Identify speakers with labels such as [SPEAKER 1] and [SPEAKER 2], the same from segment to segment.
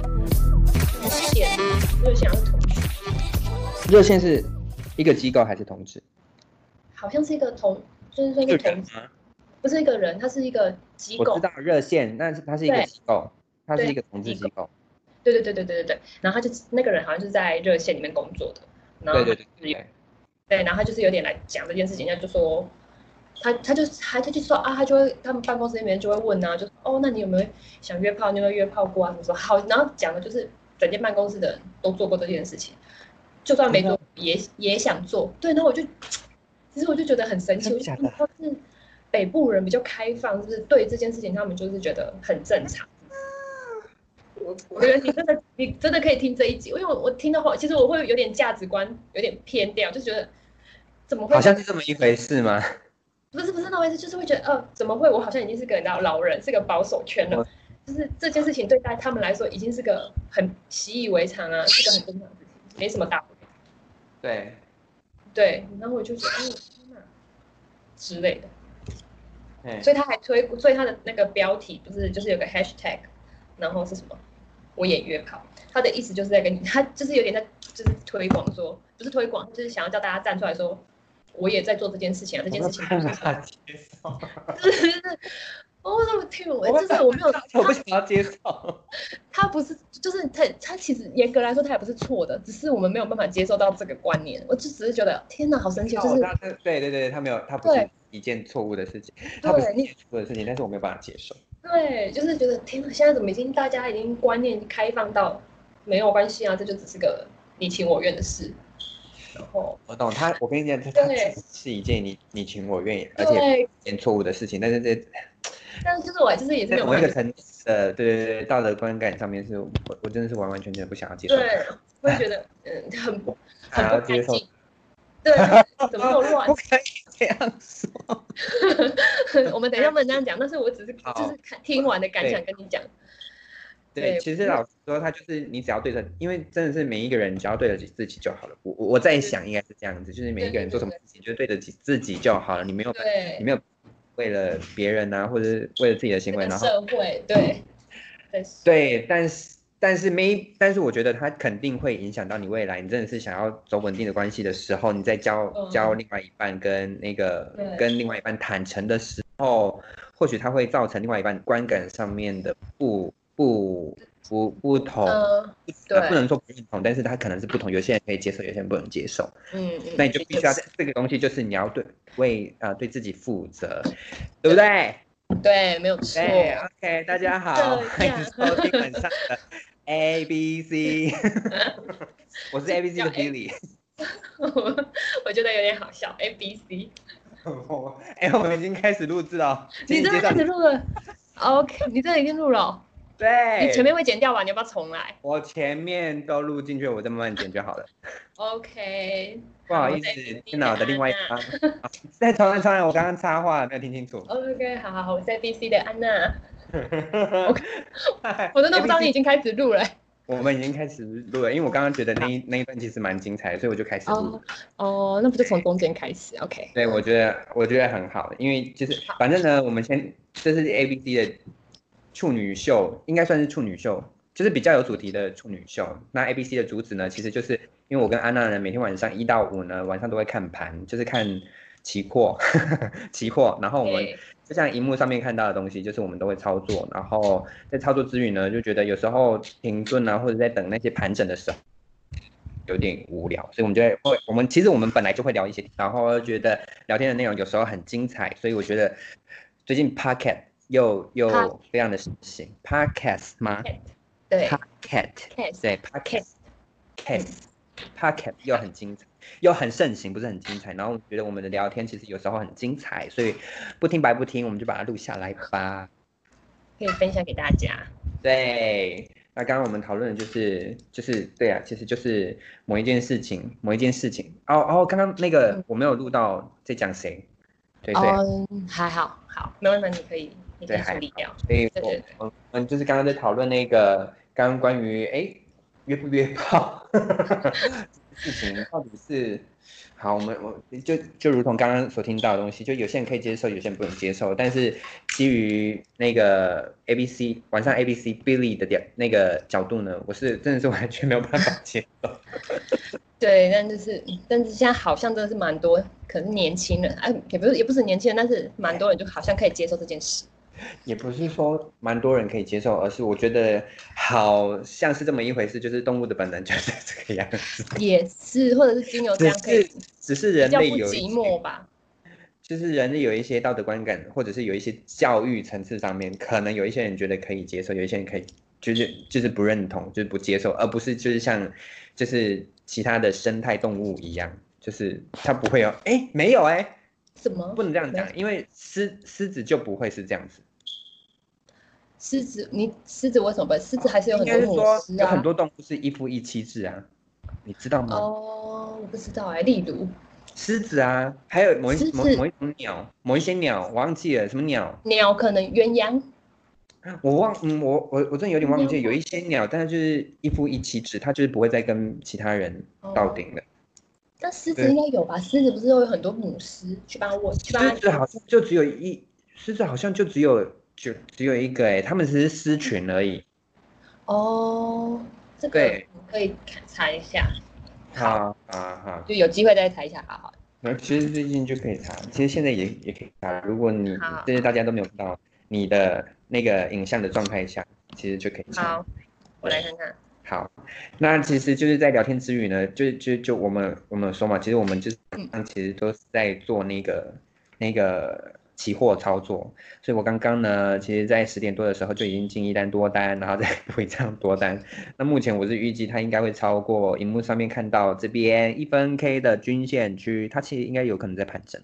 [SPEAKER 1] 热线，热线还是同学，
[SPEAKER 2] 热线是一个机构还是同志？
[SPEAKER 1] 好像是一个同，就是说
[SPEAKER 3] 一
[SPEAKER 1] 一
[SPEAKER 3] 个
[SPEAKER 1] 个
[SPEAKER 3] 人
[SPEAKER 1] 同，
[SPEAKER 3] 吗？
[SPEAKER 1] 不是一个人，他是一个机
[SPEAKER 2] 我
[SPEAKER 1] 构
[SPEAKER 2] 知，道热线，那是它是一个
[SPEAKER 1] 对
[SPEAKER 2] 机构，它是
[SPEAKER 1] 对
[SPEAKER 2] 一个同志机构。
[SPEAKER 1] 对对对对对对对，然后他就那个人好像就是在热线里面工作的，然后
[SPEAKER 2] 对
[SPEAKER 1] 就
[SPEAKER 2] 对对
[SPEAKER 1] 是
[SPEAKER 2] 对
[SPEAKER 1] 有
[SPEAKER 2] 对，
[SPEAKER 1] 对，然后他就是有点来讲这件事情，他就说，他他就他他就说啊，他就会他们办公室那边就会问啊，就说哦，那你有没有想约炮？你有没有约炮过啊？什么说好，然后讲的就是整间办公室的人都做过这件事情，就算没做也也想做。对，然后我就，其实我就觉得很神奇，
[SPEAKER 2] 真
[SPEAKER 1] 我
[SPEAKER 2] 的
[SPEAKER 1] 就
[SPEAKER 2] 假
[SPEAKER 1] 觉
[SPEAKER 2] 的
[SPEAKER 1] 得是北部人比较开放，就是对这件事情他们就是觉得很正常。
[SPEAKER 3] 我
[SPEAKER 1] 我觉得你真的，你真的可以听这一集，因为我我听的话，其实我会有点价值观有点偏掉，就觉得怎么会
[SPEAKER 2] 好像是这么一回事吗？
[SPEAKER 1] 不是不是那回事，就是会觉得，呃，怎么会？我好像已经是个老老人，是个保守圈
[SPEAKER 2] 哦
[SPEAKER 1] 了。就是这件事情对待他们来说已经是个很习以为常啊，是个很正常的事情，没什么大不了。
[SPEAKER 2] 对，
[SPEAKER 1] 对，然后我就觉得，哦，天哪，之类的。
[SPEAKER 2] 哎
[SPEAKER 1] 所以他还推，所以他的那个标题不是就是有个 hashtag，然后是什么？我也约炮。他的意思就是在跟你，他就是有点在就是推广说，不是推广，就是想要叫大家站出来说，我也在做这件事情啊，这件事情。
[SPEAKER 2] 我没有办法接受，
[SPEAKER 1] 就是我哦怎么听我就是我没有
[SPEAKER 2] 我不
[SPEAKER 1] 他
[SPEAKER 2] 想要接受。
[SPEAKER 1] 他不是就是他他其实严格来说他也不是错的，只是我们没有办法接受到这个观念。我就只是觉得天哪，好神奇，就
[SPEAKER 2] 我
[SPEAKER 1] 是
[SPEAKER 2] 知道这对对对，他没有，他不是
[SPEAKER 1] 对
[SPEAKER 2] 一件错误的事情，他不是
[SPEAKER 1] 对你
[SPEAKER 2] 一件错误的事情，但是我没有办法接受。
[SPEAKER 1] 对，就是觉得天哪，现在怎么已经大家已经观念开放到没有关系啊，这就只是个你情我愿的事。然后
[SPEAKER 2] 我懂他，我跟你讲，他他
[SPEAKER 1] 对
[SPEAKER 2] 是一件你你情我愿，而且
[SPEAKER 1] 对，
[SPEAKER 2] 一件错误的事情，但是这
[SPEAKER 1] 但是就是我就是也是没
[SPEAKER 2] 在
[SPEAKER 1] 有
[SPEAKER 2] 我那
[SPEAKER 1] 办法，
[SPEAKER 2] 个层次的对对对道德观感上面是，我我真的是完完全全不想要接受，
[SPEAKER 1] 对，会觉得嗯很不
[SPEAKER 2] 还
[SPEAKER 1] 很
[SPEAKER 2] 要
[SPEAKER 1] 不干
[SPEAKER 2] 接受，
[SPEAKER 1] 净。对，怎么那么乱
[SPEAKER 2] 不？可以这样说。
[SPEAKER 1] 我们等一下不能这样讲，但是我只是
[SPEAKER 2] 好
[SPEAKER 1] 就是看听完的感想跟你讲。
[SPEAKER 2] 对，
[SPEAKER 1] 对
[SPEAKER 2] 其实老实说，他就是你只要对着，因为真的是每一个人只要对得起自己就好了。我我我在想应该是这样子，就是每一个人做什么事情就对得起自己就好了。你没有你
[SPEAKER 1] 对，
[SPEAKER 2] 没有为了别人啊，或者是为了自己的行
[SPEAKER 1] 这
[SPEAKER 2] 为，
[SPEAKER 1] 个
[SPEAKER 2] 然后
[SPEAKER 1] 社会对对
[SPEAKER 2] 对，但是但是没，但是我觉得他肯定会影响到你未来。你真的是想要走稳定的关系的时候，你在交、
[SPEAKER 1] 嗯
[SPEAKER 2] 交另外一半跟那个
[SPEAKER 1] 对
[SPEAKER 2] 跟另外一半坦诚的时候，或许它会造成另外一半观感上面的不不不不同。
[SPEAKER 1] 嗯
[SPEAKER 2] 呃不
[SPEAKER 1] 对
[SPEAKER 2] 能说不认同，但是他可能是不同，有些人可以接受，有些人不能接受。
[SPEAKER 1] 嗯嗯，
[SPEAKER 2] 那你就必须要这个东西，就是你要对为啊、呃对自己负责，对不对？
[SPEAKER 1] 对，没有错。
[SPEAKER 2] 对，OK，大啊家好，
[SPEAKER 1] 这
[SPEAKER 2] 欢迎
[SPEAKER 1] 样
[SPEAKER 2] 收听晚上的 A B C，我是 A B
[SPEAKER 1] 哎
[SPEAKER 2] C 的 Billy。
[SPEAKER 1] 我觉得有点好笑。A B C，
[SPEAKER 2] 哎、我们已经开始录制了，
[SPEAKER 1] 你
[SPEAKER 2] 请
[SPEAKER 1] 真
[SPEAKER 2] 介
[SPEAKER 1] 的
[SPEAKER 2] 绍
[SPEAKER 1] 开始录了？OK，你哦真的已经录了哦？
[SPEAKER 2] 对，
[SPEAKER 1] 你前面会剪掉吧？你要不要重来
[SPEAKER 2] 我前面都录进去，我再慢慢剪就好了。
[SPEAKER 1] ？OK，
[SPEAKER 2] 不好意
[SPEAKER 1] 我再
[SPEAKER 2] 思
[SPEAKER 1] 听，听
[SPEAKER 2] 电脑的
[SPEAKER 1] 安
[SPEAKER 2] 另外一
[SPEAKER 1] 娜
[SPEAKER 2] 端， 啊 再重来重来，我刚刚插话没有听清楚。
[SPEAKER 1] OK，好好好，我是 B C 的安娜，
[SPEAKER 2] 嗨
[SPEAKER 1] 我真的不知道
[SPEAKER 2] ABC
[SPEAKER 1] 你已经开始录了欸。
[SPEAKER 2] 我们已经开始录了，因为我刚刚觉得那一那一段其实蛮精彩的，所以我就开始录。
[SPEAKER 1] 哦 哦，那不就从中间开始？OK，
[SPEAKER 2] 对，我觉得我觉得很好，因为就是
[SPEAKER 1] 好
[SPEAKER 2] 反正呢，我们先这是 A B C 的处女秀，应该算是处女秀，就是比较有主题的处女秀。那 A B C 的主旨呢，其实就是因为我跟安娜呢，每天晚上一到五呢，晚上都会看盘，就是看期货， 期货，然后我们
[SPEAKER 1] 对
[SPEAKER 2] 就像荧幕上面看到的东西，就是我们都会操作，然后在操作之余呢，就觉得有时候停顿啊，或者在等那些盘整的时候。有点无聊，所以我们就会会，我们其实我们本来就会聊一些，然后觉得聊天的内容有时候很精彩，所以我觉得最近 Pocket 又又
[SPEAKER 1] Pod-
[SPEAKER 2] 非常的盛行，Podcast 吗
[SPEAKER 1] 对
[SPEAKER 2] ？Pocket
[SPEAKER 1] ，cast
[SPEAKER 2] 对 Pocket Cast Pocket 又很精彩，又很盛行，不是很精彩。然后我觉得我们的聊天其实有时候很精彩，所以不听白不听，我们就把它录下来吧。
[SPEAKER 1] 可以分享给大家。
[SPEAKER 2] 对，那刚刚我们讨论的就是就是对啊，其实就是某一件事情，某一件事情。哦哦，刚刚那个
[SPEAKER 1] 嗯
[SPEAKER 2] 我没有录到，在讲谁？对对，
[SPEAKER 1] 哦，还好，好，没问题，你可以，你可
[SPEAKER 2] 对
[SPEAKER 1] 以
[SPEAKER 2] 还
[SPEAKER 1] 处理掉。
[SPEAKER 2] 所以
[SPEAKER 1] 对对
[SPEAKER 2] 我我们就是刚刚在讨论那个 刚刚关于哎约不约炮这个事情，到底是好，我们我就就如同刚刚所听到的东西，就有些人可以接受，有些人不能接受。但是基于那个 A B C 晚上 A B C Billy 的点那个角度呢，我是真的是完全没有办法接受。
[SPEAKER 1] 对，但就是，但是现在好像真的是蛮多，可能年轻人，哎、也不是也不是年轻人，但是蛮多人就好像可以接受这件事。
[SPEAKER 2] 也不是说蛮多人可以接受，而是我觉得好像是这么一回事，就是动物的本能就是这个样子，
[SPEAKER 1] 也是，或者是金牛这样可以
[SPEAKER 2] 只是
[SPEAKER 1] 比
[SPEAKER 2] 人
[SPEAKER 1] 较不
[SPEAKER 2] 类有一
[SPEAKER 1] 寂
[SPEAKER 2] 些
[SPEAKER 1] 寞吧？
[SPEAKER 2] 就是人类有一些道德观感，或者是有一些教育层次上面，可能有一些人觉得可以接受，有一些人可以就是就是不认同，就是不接受，而不是就是像就是其他的生态动物一样，就是它不会有哎、没有哎、
[SPEAKER 1] 什么
[SPEAKER 2] 不能这样讲，因为狮狮子就不会是这样子，
[SPEAKER 1] 狮子？你狮子为什么不？狮子还是有很
[SPEAKER 2] 应该是
[SPEAKER 1] 多
[SPEAKER 2] 说
[SPEAKER 1] 母狮
[SPEAKER 2] 有
[SPEAKER 1] 啊。
[SPEAKER 2] 很多动物是一夫一妻制啊，你知道吗？
[SPEAKER 1] 哦，我不知道哎、例如
[SPEAKER 2] 狮、子啊，还有某
[SPEAKER 1] 狮
[SPEAKER 2] 一
[SPEAKER 1] 子
[SPEAKER 2] 某某一种鸟，某一些鸟我忘记了什么鸟，
[SPEAKER 1] 鸟可能鸳鸯，
[SPEAKER 2] 我忘，嗯，我我我真的有点忘记，
[SPEAKER 1] 鸟
[SPEAKER 2] 有一些鸟，但是就是一夫一妻制，它就是不会再跟其他人到
[SPEAKER 1] 哦
[SPEAKER 2] 顶了。
[SPEAKER 1] 但狮子
[SPEAKER 2] 对
[SPEAKER 1] 应该有吧？狮子不是都有很多母狮？去帮我去帮
[SPEAKER 2] 狮子
[SPEAKER 1] 它
[SPEAKER 2] 好像就只有一，狮子好像就只有就只有一个哎、欸，它们只是狮群而已。
[SPEAKER 1] 哦，这个
[SPEAKER 2] 对
[SPEAKER 1] 我可以看查一下，
[SPEAKER 2] 好啊哈，
[SPEAKER 1] 就有机会再查一下，好好。
[SPEAKER 2] 然后其实最近就可以查，其实现在也也可以查。如果你
[SPEAKER 1] 好
[SPEAKER 2] 这些大家都没有看到你的那个影像的状态下，其实就可以查。
[SPEAKER 1] 好，我来看看。
[SPEAKER 2] 好，那其实就是在聊天之余呢，就就就我们我们有说嘛，其实我们就是其实都是在做那个那个期货操作，所以我刚刚呢，其实在十点多的时候就已经进一单多单，然后再补一张多单。那目前我是预计它应该会超过荧幕上面看到这边一分 K 的均线区，它其实应该有可能在盘整。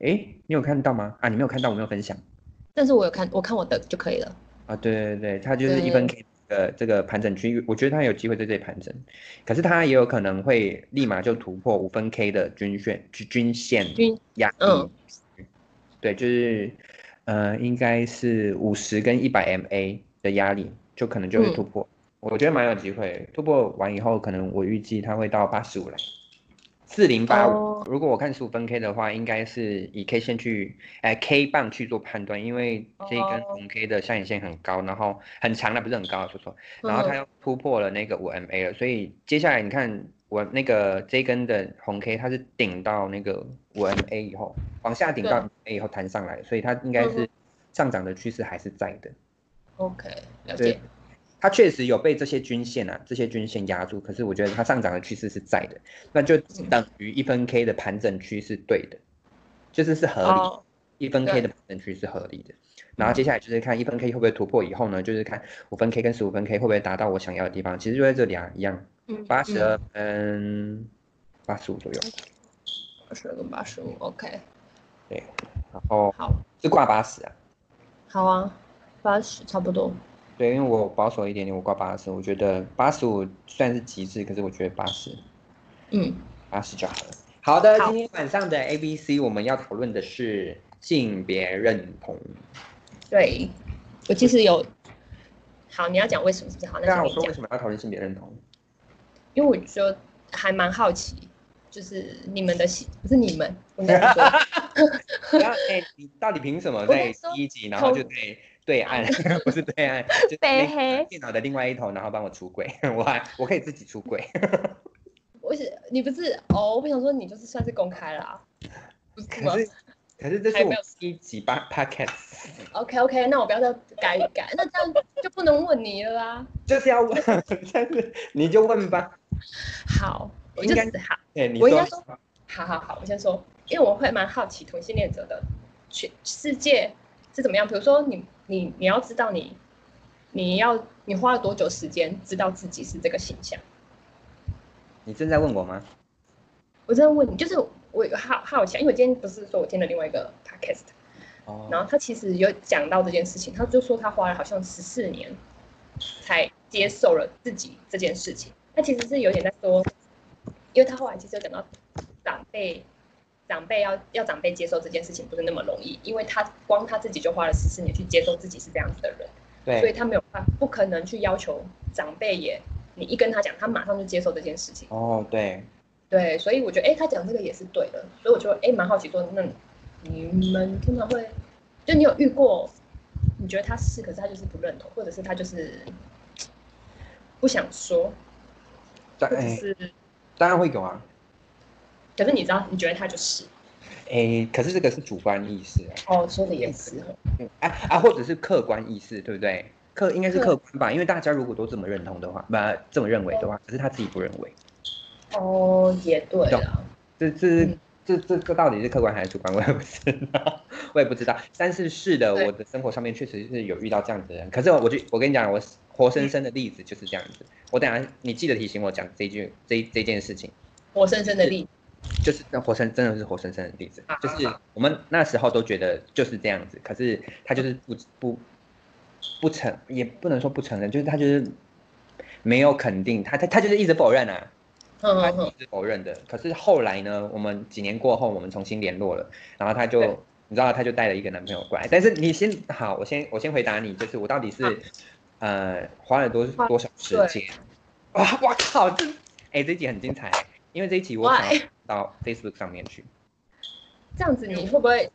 [SPEAKER 2] 诶，你有看到吗？啊，你没有看到，我没有分享
[SPEAKER 1] 但是我有看，我看我的就可以了。
[SPEAKER 2] 啊。对对对，它就是一分 K 的这个盘整区域，我觉得它有机会在这里盘整，可是它也有可能会立马就突破五分 K 的均线均均线
[SPEAKER 1] 均
[SPEAKER 2] 压力。
[SPEAKER 1] 嗯
[SPEAKER 2] 对，就是呃，应该是五十跟一百 MA 的压力，就可能就会
[SPEAKER 1] 嗯
[SPEAKER 2] 突破。我觉得蛮有机会，突破完以后，可能我预计它会到八十五来，四零八五
[SPEAKER 1] 哦。
[SPEAKER 2] 如果我看十五分 K 的话，应该是以 K 线去，哎、k 棒去做判断，因为这一根
[SPEAKER 1] 哦
[SPEAKER 2] 红 K 的下影线很高，然后很长，那不是很高，说错。然后它
[SPEAKER 1] 嗯，
[SPEAKER 2] 又突破了那个五 MA 了，所以接下来你看我那个这一根的红 K，它是顶到那个五 MA 以后，往下顶到 MA 以后弹上来，所以它应该
[SPEAKER 1] 嗯
[SPEAKER 2] 是上涨的趋势还是在的。
[SPEAKER 1] OK，了
[SPEAKER 2] 对
[SPEAKER 1] 解。，
[SPEAKER 2] 它确实有被这些均线啊这些均线压住，可是我觉得它上涨的趋势是在的，那就
[SPEAKER 1] 嗯
[SPEAKER 2] 等于一分 K 的盘整区是对的，就是是合理的。
[SPEAKER 1] 哦，
[SPEAKER 2] 一分
[SPEAKER 1] 对
[SPEAKER 2] K 的盘整区是合理的。然后接下来就是看一分 K 会不会突破，以后呢，就是看五分 K 跟十五分 K 会不会达到我想要的地方。其实就在这里啊，一样，
[SPEAKER 1] 嗯，
[SPEAKER 2] 八十二跟八十五左右。
[SPEAKER 1] 嗯八十二跟八十五，OK，
[SPEAKER 2] 然后
[SPEAKER 1] 好，
[SPEAKER 2] 哦是挂八十啊，
[SPEAKER 1] 好啊，八十差不多。
[SPEAKER 2] 对，因为我保守一点点，我挂八十，我觉得八十五算是极致，可是我觉得八十
[SPEAKER 1] 嗯，
[SPEAKER 2] 八十就好了。好的，
[SPEAKER 1] 好
[SPEAKER 2] 今天晚上的 A B C 我们要讨论的是性别认同。
[SPEAKER 1] 对，我其实有。好，你要讲为什么是不是？好，那
[SPEAKER 2] 那
[SPEAKER 1] 先
[SPEAKER 2] 我
[SPEAKER 1] 给你
[SPEAKER 2] 说
[SPEAKER 1] 讲
[SPEAKER 2] 为。什么要讨论性别认同？
[SPEAKER 1] 因为我就还蛮好奇，就是你们的性不是你们，我应该是 说
[SPEAKER 2] 然后哎，你到底凭什么在
[SPEAKER 1] 在说
[SPEAKER 2] 第一集，然后就对 对岸， 不是对岸，就是
[SPEAKER 1] 被
[SPEAKER 2] 那
[SPEAKER 1] 黑
[SPEAKER 2] 个电脑的另外一头，然后帮我出轨， 我还我可以自己 出轨，
[SPEAKER 1] 我是你不是哦，我想说你就是算是公开啦、不是吗
[SPEAKER 2] 可是可是这是
[SPEAKER 1] 还
[SPEAKER 2] 我
[SPEAKER 1] 没有
[SPEAKER 2] 们第一集吧 podcast，
[SPEAKER 1] ？OK OK，那我不要再改一改，那这样就不能问你了啊啦。
[SPEAKER 2] 就是要问， 但是你就问吧，
[SPEAKER 1] 好，我就
[SPEAKER 2] 应该
[SPEAKER 1] 是好，
[SPEAKER 2] 对，你
[SPEAKER 1] 我
[SPEAKER 2] 说
[SPEAKER 1] 应该说好好好，我先说，因为我会蛮好奇同性恋者的全世界是怎么样。比如说你你你要知道你你要你花了多久时间知道自己是这个形象？
[SPEAKER 2] 你正在问我吗？
[SPEAKER 1] 我真的问你，就是我有好好奇，因为我今天不是说我听了另外一个 podcast，
[SPEAKER 2] 哦
[SPEAKER 1] 然后他其实有讲到这件事情，他就说他花了好像十四年才接受了自己这件事情。他其实是有点在说，因为他后来其实有讲到长辈，长辈要要长辈接受这件事情不是那么容易，因为他光他自己就花了十四年去接受自己是这样子的人，所以
[SPEAKER 2] 对，
[SPEAKER 1] 他没有办不可能去要求长辈也，你一跟他讲，他马上就接受这件事情。
[SPEAKER 2] 哦对，
[SPEAKER 1] 对，所以我觉得，哎，他讲这个也是对的，所以我就哎蛮好奇说，那你们通常会，就你有遇过，你觉得他是，可是他就是不认同，或者是他就是不想说，
[SPEAKER 2] 当
[SPEAKER 1] 或者
[SPEAKER 2] 哎
[SPEAKER 1] 是，
[SPEAKER 2] 当然会有啊，
[SPEAKER 1] 可是你知道，你觉得他就是，
[SPEAKER 2] 哎，可是这个是主观意识啊，
[SPEAKER 1] 哦，说的也是哦，
[SPEAKER 2] 嗯啊啊，或者是客观意识，对不对？客应该是
[SPEAKER 1] 客
[SPEAKER 2] 客观吧，因为大家如果都这么认同的话，不、这么认为的话，可是他自己不认为，
[SPEAKER 1] 哦，也对
[SPEAKER 2] 懂
[SPEAKER 1] 啦，
[SPEAKER 2] 这这
[SPEAKER 1] 嗯
[SPEAKER 2] 这这这到底是客观还是主观，我也不知道，我也不知道。但是是的，
[SPEAKER 1] 对
[SPEAKER 2] 我的生活上面确实是有遇到这样子的人。可是我就我跟你讲，我活生生的例子就是这样子。我等下你记得提醒我讲这一句这一这件事情，
[SPEAKER 1] 活生生的例子，
[SPEAKER 2] 就是那活生真的是活生生的例子
[SPEAKER 1] 啊，
[SPEAKER 2] 就是我们那时候都觉得就是这样子，可是他就是不不不承，也不能说不承认，就是他就是没有肯定，他他他就是一直否认啊。
[SPEAKER 1] 嗯
[SPEAKER 2] 他
[SPEAKER 1] 嗯嗯，
[SPEAKER 2] 一直否认的。可是后来呢，我们几年过后，我们重新联络了，然后他就
[SPEAKER 1] 对，
[SPEAKER 2] 你知道，他就带了一个男朋友过来。但是你先好，我先我先回答你，就是我到底是、
[SPEAKER 1] 好
[SPEAKER 2] 呃花了多
[SPEAKER 1] 花
[SPEAKER 2] 多少时间？哇，我靠，这哎、这一集很精彩，因为这一集我
[SPEAKER 1] Why？
[SPEAKER 2] 想要到 Facebook 上面 去。
[SPEAKER 1] 这样子你会不会？嗯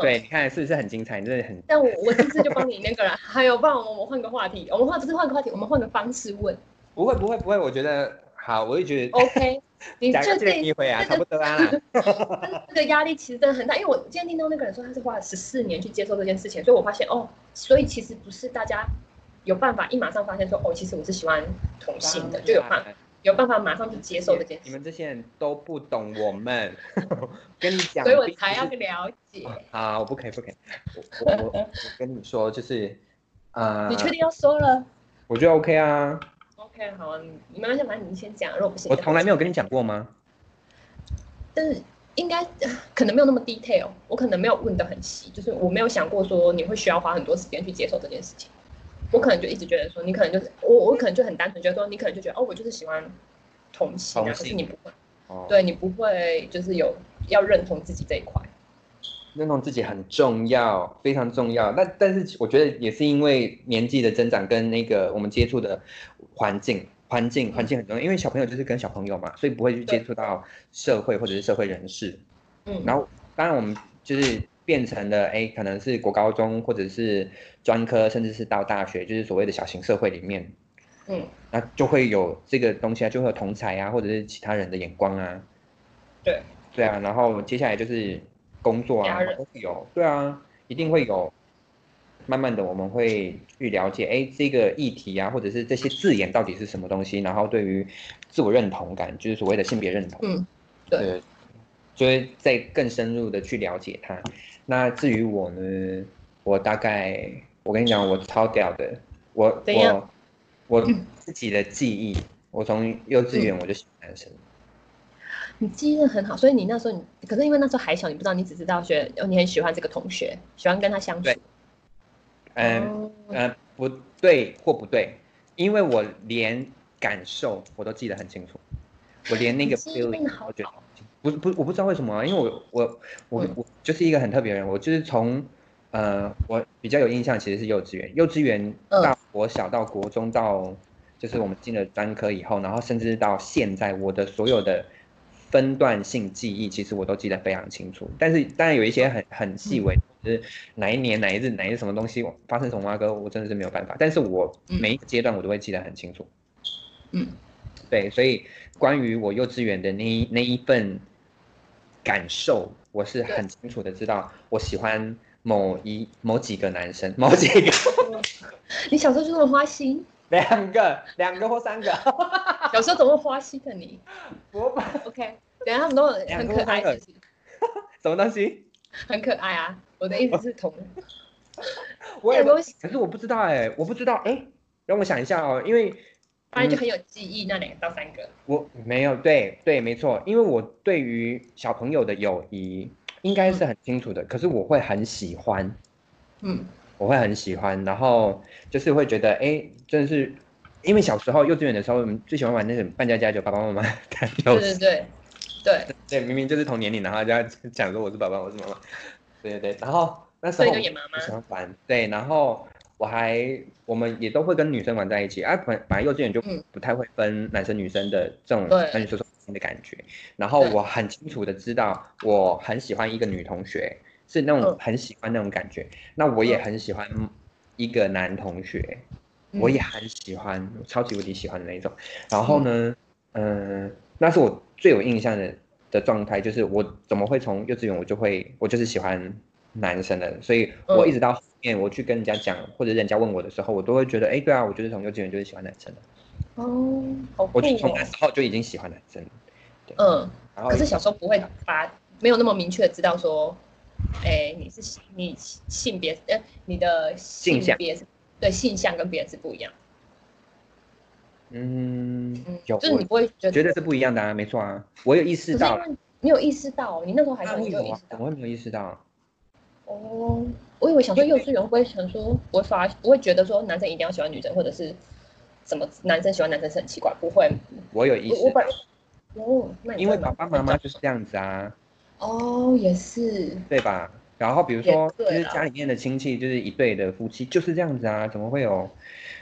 [SPEAKER 2] 对，你看是不是很精彩？你真的很
[SPEAKER 1] 但我我这次就帮你那个了， 还有，不然我们换个话题，我们换不是换个话题，我们换个方式 问
[SPEAKER 2] 不会不会不会，我觉得好，我就觉得。
[SPEAKER 1] ，OK？你哦
[SPEAKER 2] 讲
[SPEAKER 1] 确
[SPEAKER 2] 个这个
[SPEAKER 1] 定
[SPEAKER 2] 机会啊，
[SPEAKER 1] 这个
[SPEAKER 2] 差不多啊啦。
[SPEAKER 1] 这个压力其实真的很大，因为我今天听到那个人说他是花了十四年去接受这件事情，所以我发现哦，所以其实不是大家有办法一马上发现说哦，其实我是喜欢同性的，就有办
[SPEAKER 2] 法
[SPEAKER 1] 有办法马上去接受这件
[SPEAKER 2] 啊你
[SPEAKER 1] 事，
[SPEAKER 2] 们这些人都不懂我 们， 跟你讲，
[SPEAKER 1] 所以我
[SPEAKER 2] 并不
[SPEAKER 1] 才
[SPEAKER 2] 是
[SPEAKER 1] 要了解。
[SPEAKER 2] 啊，我不可以，不可以。我 我我我跟你说，就是，呃，
[SPEAKER 1] 你确定要说了
[SPEAKER 2] 我觉得 OK 啊，
[SPEAKER 1] ？OK，好、啊，你你慢慢想，反正你先讲，如果不行，
[SPEAKER 2] 我从来没有跟你讲过吗？
[SPEAKER 1] 但是应该呃可能没有那么 detail，我可能没有问得很细，就是我没有想过说你会需要花很多时间去接受这件事情。我可能就一直觉得说，你可能就是我，我可能就很单纯觉得说，你可能就觉得哦，我就是喜欢同性啊，
[SPEAKER 2] 同
[SPEAKER 1] 可是
[SPEAKER 2] 性
[SPEAKER 1] 你不会，
[SPEAKER 2] 哦，，
[SPEAKER 1] 对你不会就是有要认同自己这一块。
[SPEAKER 2] 认同自己很重要，非常重要。那但是我觉得也是因为年纪的增长跟那个我们接触的环境。环境环境很重要，因为小朋友就是跟小朋友嘛，所以不会去
[SPEAKER 1] 对
[SPEAKER 2] 接触到社会或者是社会人士。
[SPEAKER 1] 嗯，
[SPEAKER 2] 然后当然我们就是变成了哎，可能是国高中或者是专科，甚至是到大学，就是所谓的小型社会里面，
[SPEAKER 1] 嗯，
[SPEAKER 2] 那就会有这个东西啊，就会有同才啊，或者是其他人的眼光啊，
[SPEAKER 1] 对，
[SPEAKER 2] 对啊，然后接下来就是工作啊
[SPEAKER 1] 家，人
[SPEAKER 2] 都会有，对啊，一定会有。慢慢的，我们会去了解，哎，这个议题啊，或者是这些字眼到底是什么东西，然后对于自我认同感，就是所谓的性别认同，
[SPEAKER 1] 嗯，对
[SPEAKER 2] 对，就会再更深入的去了解它。那至于我呢，我大概我跟你讲，我超屌的，我
[SPEAKER 1] 怎样
[SPEAKER 2] 我我自己的记忆，我从幼稚园我就喜欢男生，
[SPEAKER 1] 你记忆力很好，所以你那时候你，可是因为那时候还小，你不知道，你只知道学，哦，你很喜欢这个同学，喜欢跟他相处
[SPEAKER 2] 对。嗯
[SPEAKER 1] 哦
[SPEAKER 2] 呃，不对或不对，因为我连感受我都记得很清楚，我连那
[SPEAKER 1] 你
[SPEAKER 2] 个
[SPEAKER 1] 记忆力
[SPEAKER 2] feeling
[SPEAKER 1] 好
[SPEAKER 2] 我觉得
[SPEAKER 1] 好
[SPEAKER 2] 不不我不知道为什么啊、因为我我我
[SPEAKER 1] 嗯
[SPEAKER 2] 我就是一个很特别的人，我就是从呃我比较有印象其实是幼稚园，幼稚园
[SPEAKER 1] 嗯
[SPEAKER 2] 到国小到国中到就是我们进了专科以后，然后甚至到现在我的所有的。分段性记忆，其实我都记得非常清楚，但是当然有一些很很细
[SPEAKER 1] 嗯
[SPEAKER 2] 微，就是哪一年哪一日哪一什么东西我发生什么瓜哥，我真的是没有办法。但是我
[SPEAKER 1] 嗯
[SPEAKER 2] 每一个阶段我都会记得很清楚。
[SPEAKER 1] 嗯，
[SPEAKER 2] 对，所以关于我幼稚园的那一那一份感受，我是很清楚的知道我喜欢某一某几个男生，某几个
[SPEAKER 1] 你小时候就这么花心，
[SPEAKER 2] 两个两个或三个，
[SPEAKER 1] 小时候怎么会花心的你
[SPEAKER 2] 我把
[SPEAKER 1] ？OK，等一下他们都很
[SPEAKER 2] 两
[SPEAKER 1] 很
[SPEAKER 2] 个
[SPEAKER 1] 可爱，
[SPEAKER 2] 都
[SPEAKER 1] 是
[SPEAKER 2] 很
[SPEAKER 1] 不是？
[SPEAKER 2] 什么东西？
[SPEAKER 1] 很可爱啊！我的意思是同，
[SPEAKER 2] 我也
[SPEAKER 1] 两
[SPEAKER 2] 不
[SPEAKER 1] 个都喜
[SPEAKER 2] 可是我不知道哎、我不知道哎、让我想一下哦，因为
[SPEAKER 1] 欢就
[SPEAKER 2] 嗯
[SPEAKER 1] 很有记忆，那两个到三个，
[SPEAKER 2] 我没有，对对，没错，因为我对于小朋友的友谊应该是很清楚的，可是我会很喜欢，
[SPEAKER 1] 嗯，
[SPEAKER 2] 我会很喜欢，然后就是会觉得，哎，真的是，因为小时候幼稚园的时候，我们最喜欢玩那种扮家家酒，爸爸妈 妈打
[SPEAKER 1] 对
[SPEAKER 2] 游
[SPEAKER 1] 对
[SPEAKER 2] 戏，
[SPEAKER 1] 对对，
[SPEAKER 2] 对，明明就是同年龄，然后就要讲说我是爸爸，我是妈妈，对对对，然后那时
[SPEAKER 1] 所
[SPEAKER 2] 候
[SPEAKER 1] 以就演妈妈
[SPEAKER 2] 我喜欢玩，对，然后我还我们也都会跟女生玩在一起，啊，本本来幼稚园就
[SPEAKER 1] 嗯
[SPEAKER 2] 不太会分男生女生的这种
[SPEAKER 1] 对
[SPEAKER 2] 男女授受心的感觉。然后我很清楚的知道，我很喜欢一个女同学，是那种
[SPEAKER 1] 嗯
[SPEAKER 2] 很喜欢那种感觉。那我也很喜欢一个男同学，
[SPEAKER 1] 嗯
[SPEAKER 2] 我也很喜欢，超级无敌喜欢的那一种。然后呢，嗯、那是我最有印象的的状态，就是我怎么会从幼稚园我就会我就是喜欢男生的，所以我
[SPEAKER 1] 嗯
[SPEAKER 2] 一直到后面我去跟人家讲或者人家问我的时候，我都会觉得，哎，对啊，我就是从幼稚园就是喜欢男生的，
[SPEAKER 1] 哦，好酷
[SPEAKER 2] 我就从
[SPEAKER 1] 哦
[SPEAKER 2] 那。时候就已经喜欢男生了。
[SPEAKER 1] 嗯，
[SPEAKER 2] 然后
[SPEAKER 1] 可是小时候不会把哎没有那么明确地知道说，哎，你是性你性别，呃，你的性
[SPEAKER 2] 性向
[SPEAKER 1] 别是对性向跟别人是不一样。
[SPEAKER 2] 嗯
[SPEAKER 1] 嗯，，
[SPEAKER 2] 有，
[SPEAKER 1] 就是你不会觉
[SPEAKER 2] 我觉
[SPEAKER 1] 得，
[SPEAKER 2] 得是不一样的啊，没错啊，我有意
[SPEAKER 1] 可
[SPEAKER 2] 识
[SPEAKER 1] 是
[SPEAKER 2] 到
[SPEAKER 1] 因，为你有意识到，你那时候还小，
[SPEAKER 2] 我
[SPEAKER 1] 你就有意
[SPEAKER 2] 有
[SPEAKER 1] 识
[SPEAKER 2] 啊
[SPEAKER 1] 到，。
[SPEAKER 2] 我也没有意识到，
[SPEAKER 1] 哦，我以为想说幼稚园会不会想说，不会发，不会觉得说男生一定要喜欢女生，或者是什么男生喜欢男生是很奇怪，不会。
[SPEAKER 2] 我有意
[SPEAKER 1] 我我
[SPEAKER 2] 识
[SPEAKER 1] 本
[SPEAKER 2] 到
[SPEAKER 1] 来，哦，那你
[SPEAKER 2] 因为
[SPEAKER 1] 真的
[SPEAKER 2] 爸
[SPEAKER 1] 蛮
[SPEAKER 2] 爸妈妈就是
[SPEAKER 1] 蛮
[SPEAKER 2] 这样子啊。
[SPEAKER 1] 哦，也是，
[SPEAKER 2] 对吧？然后比如说，
[SPEAKER 1] 也
[SPEAKER 2] 就
[SPEAKER 1] 对
[SPEAKER 2] 是
[SPEAKER 1] 啦
[SPEAKER 2] 家里面的亲戚就是一对的夫妻，就是这样子啊，怎么会有？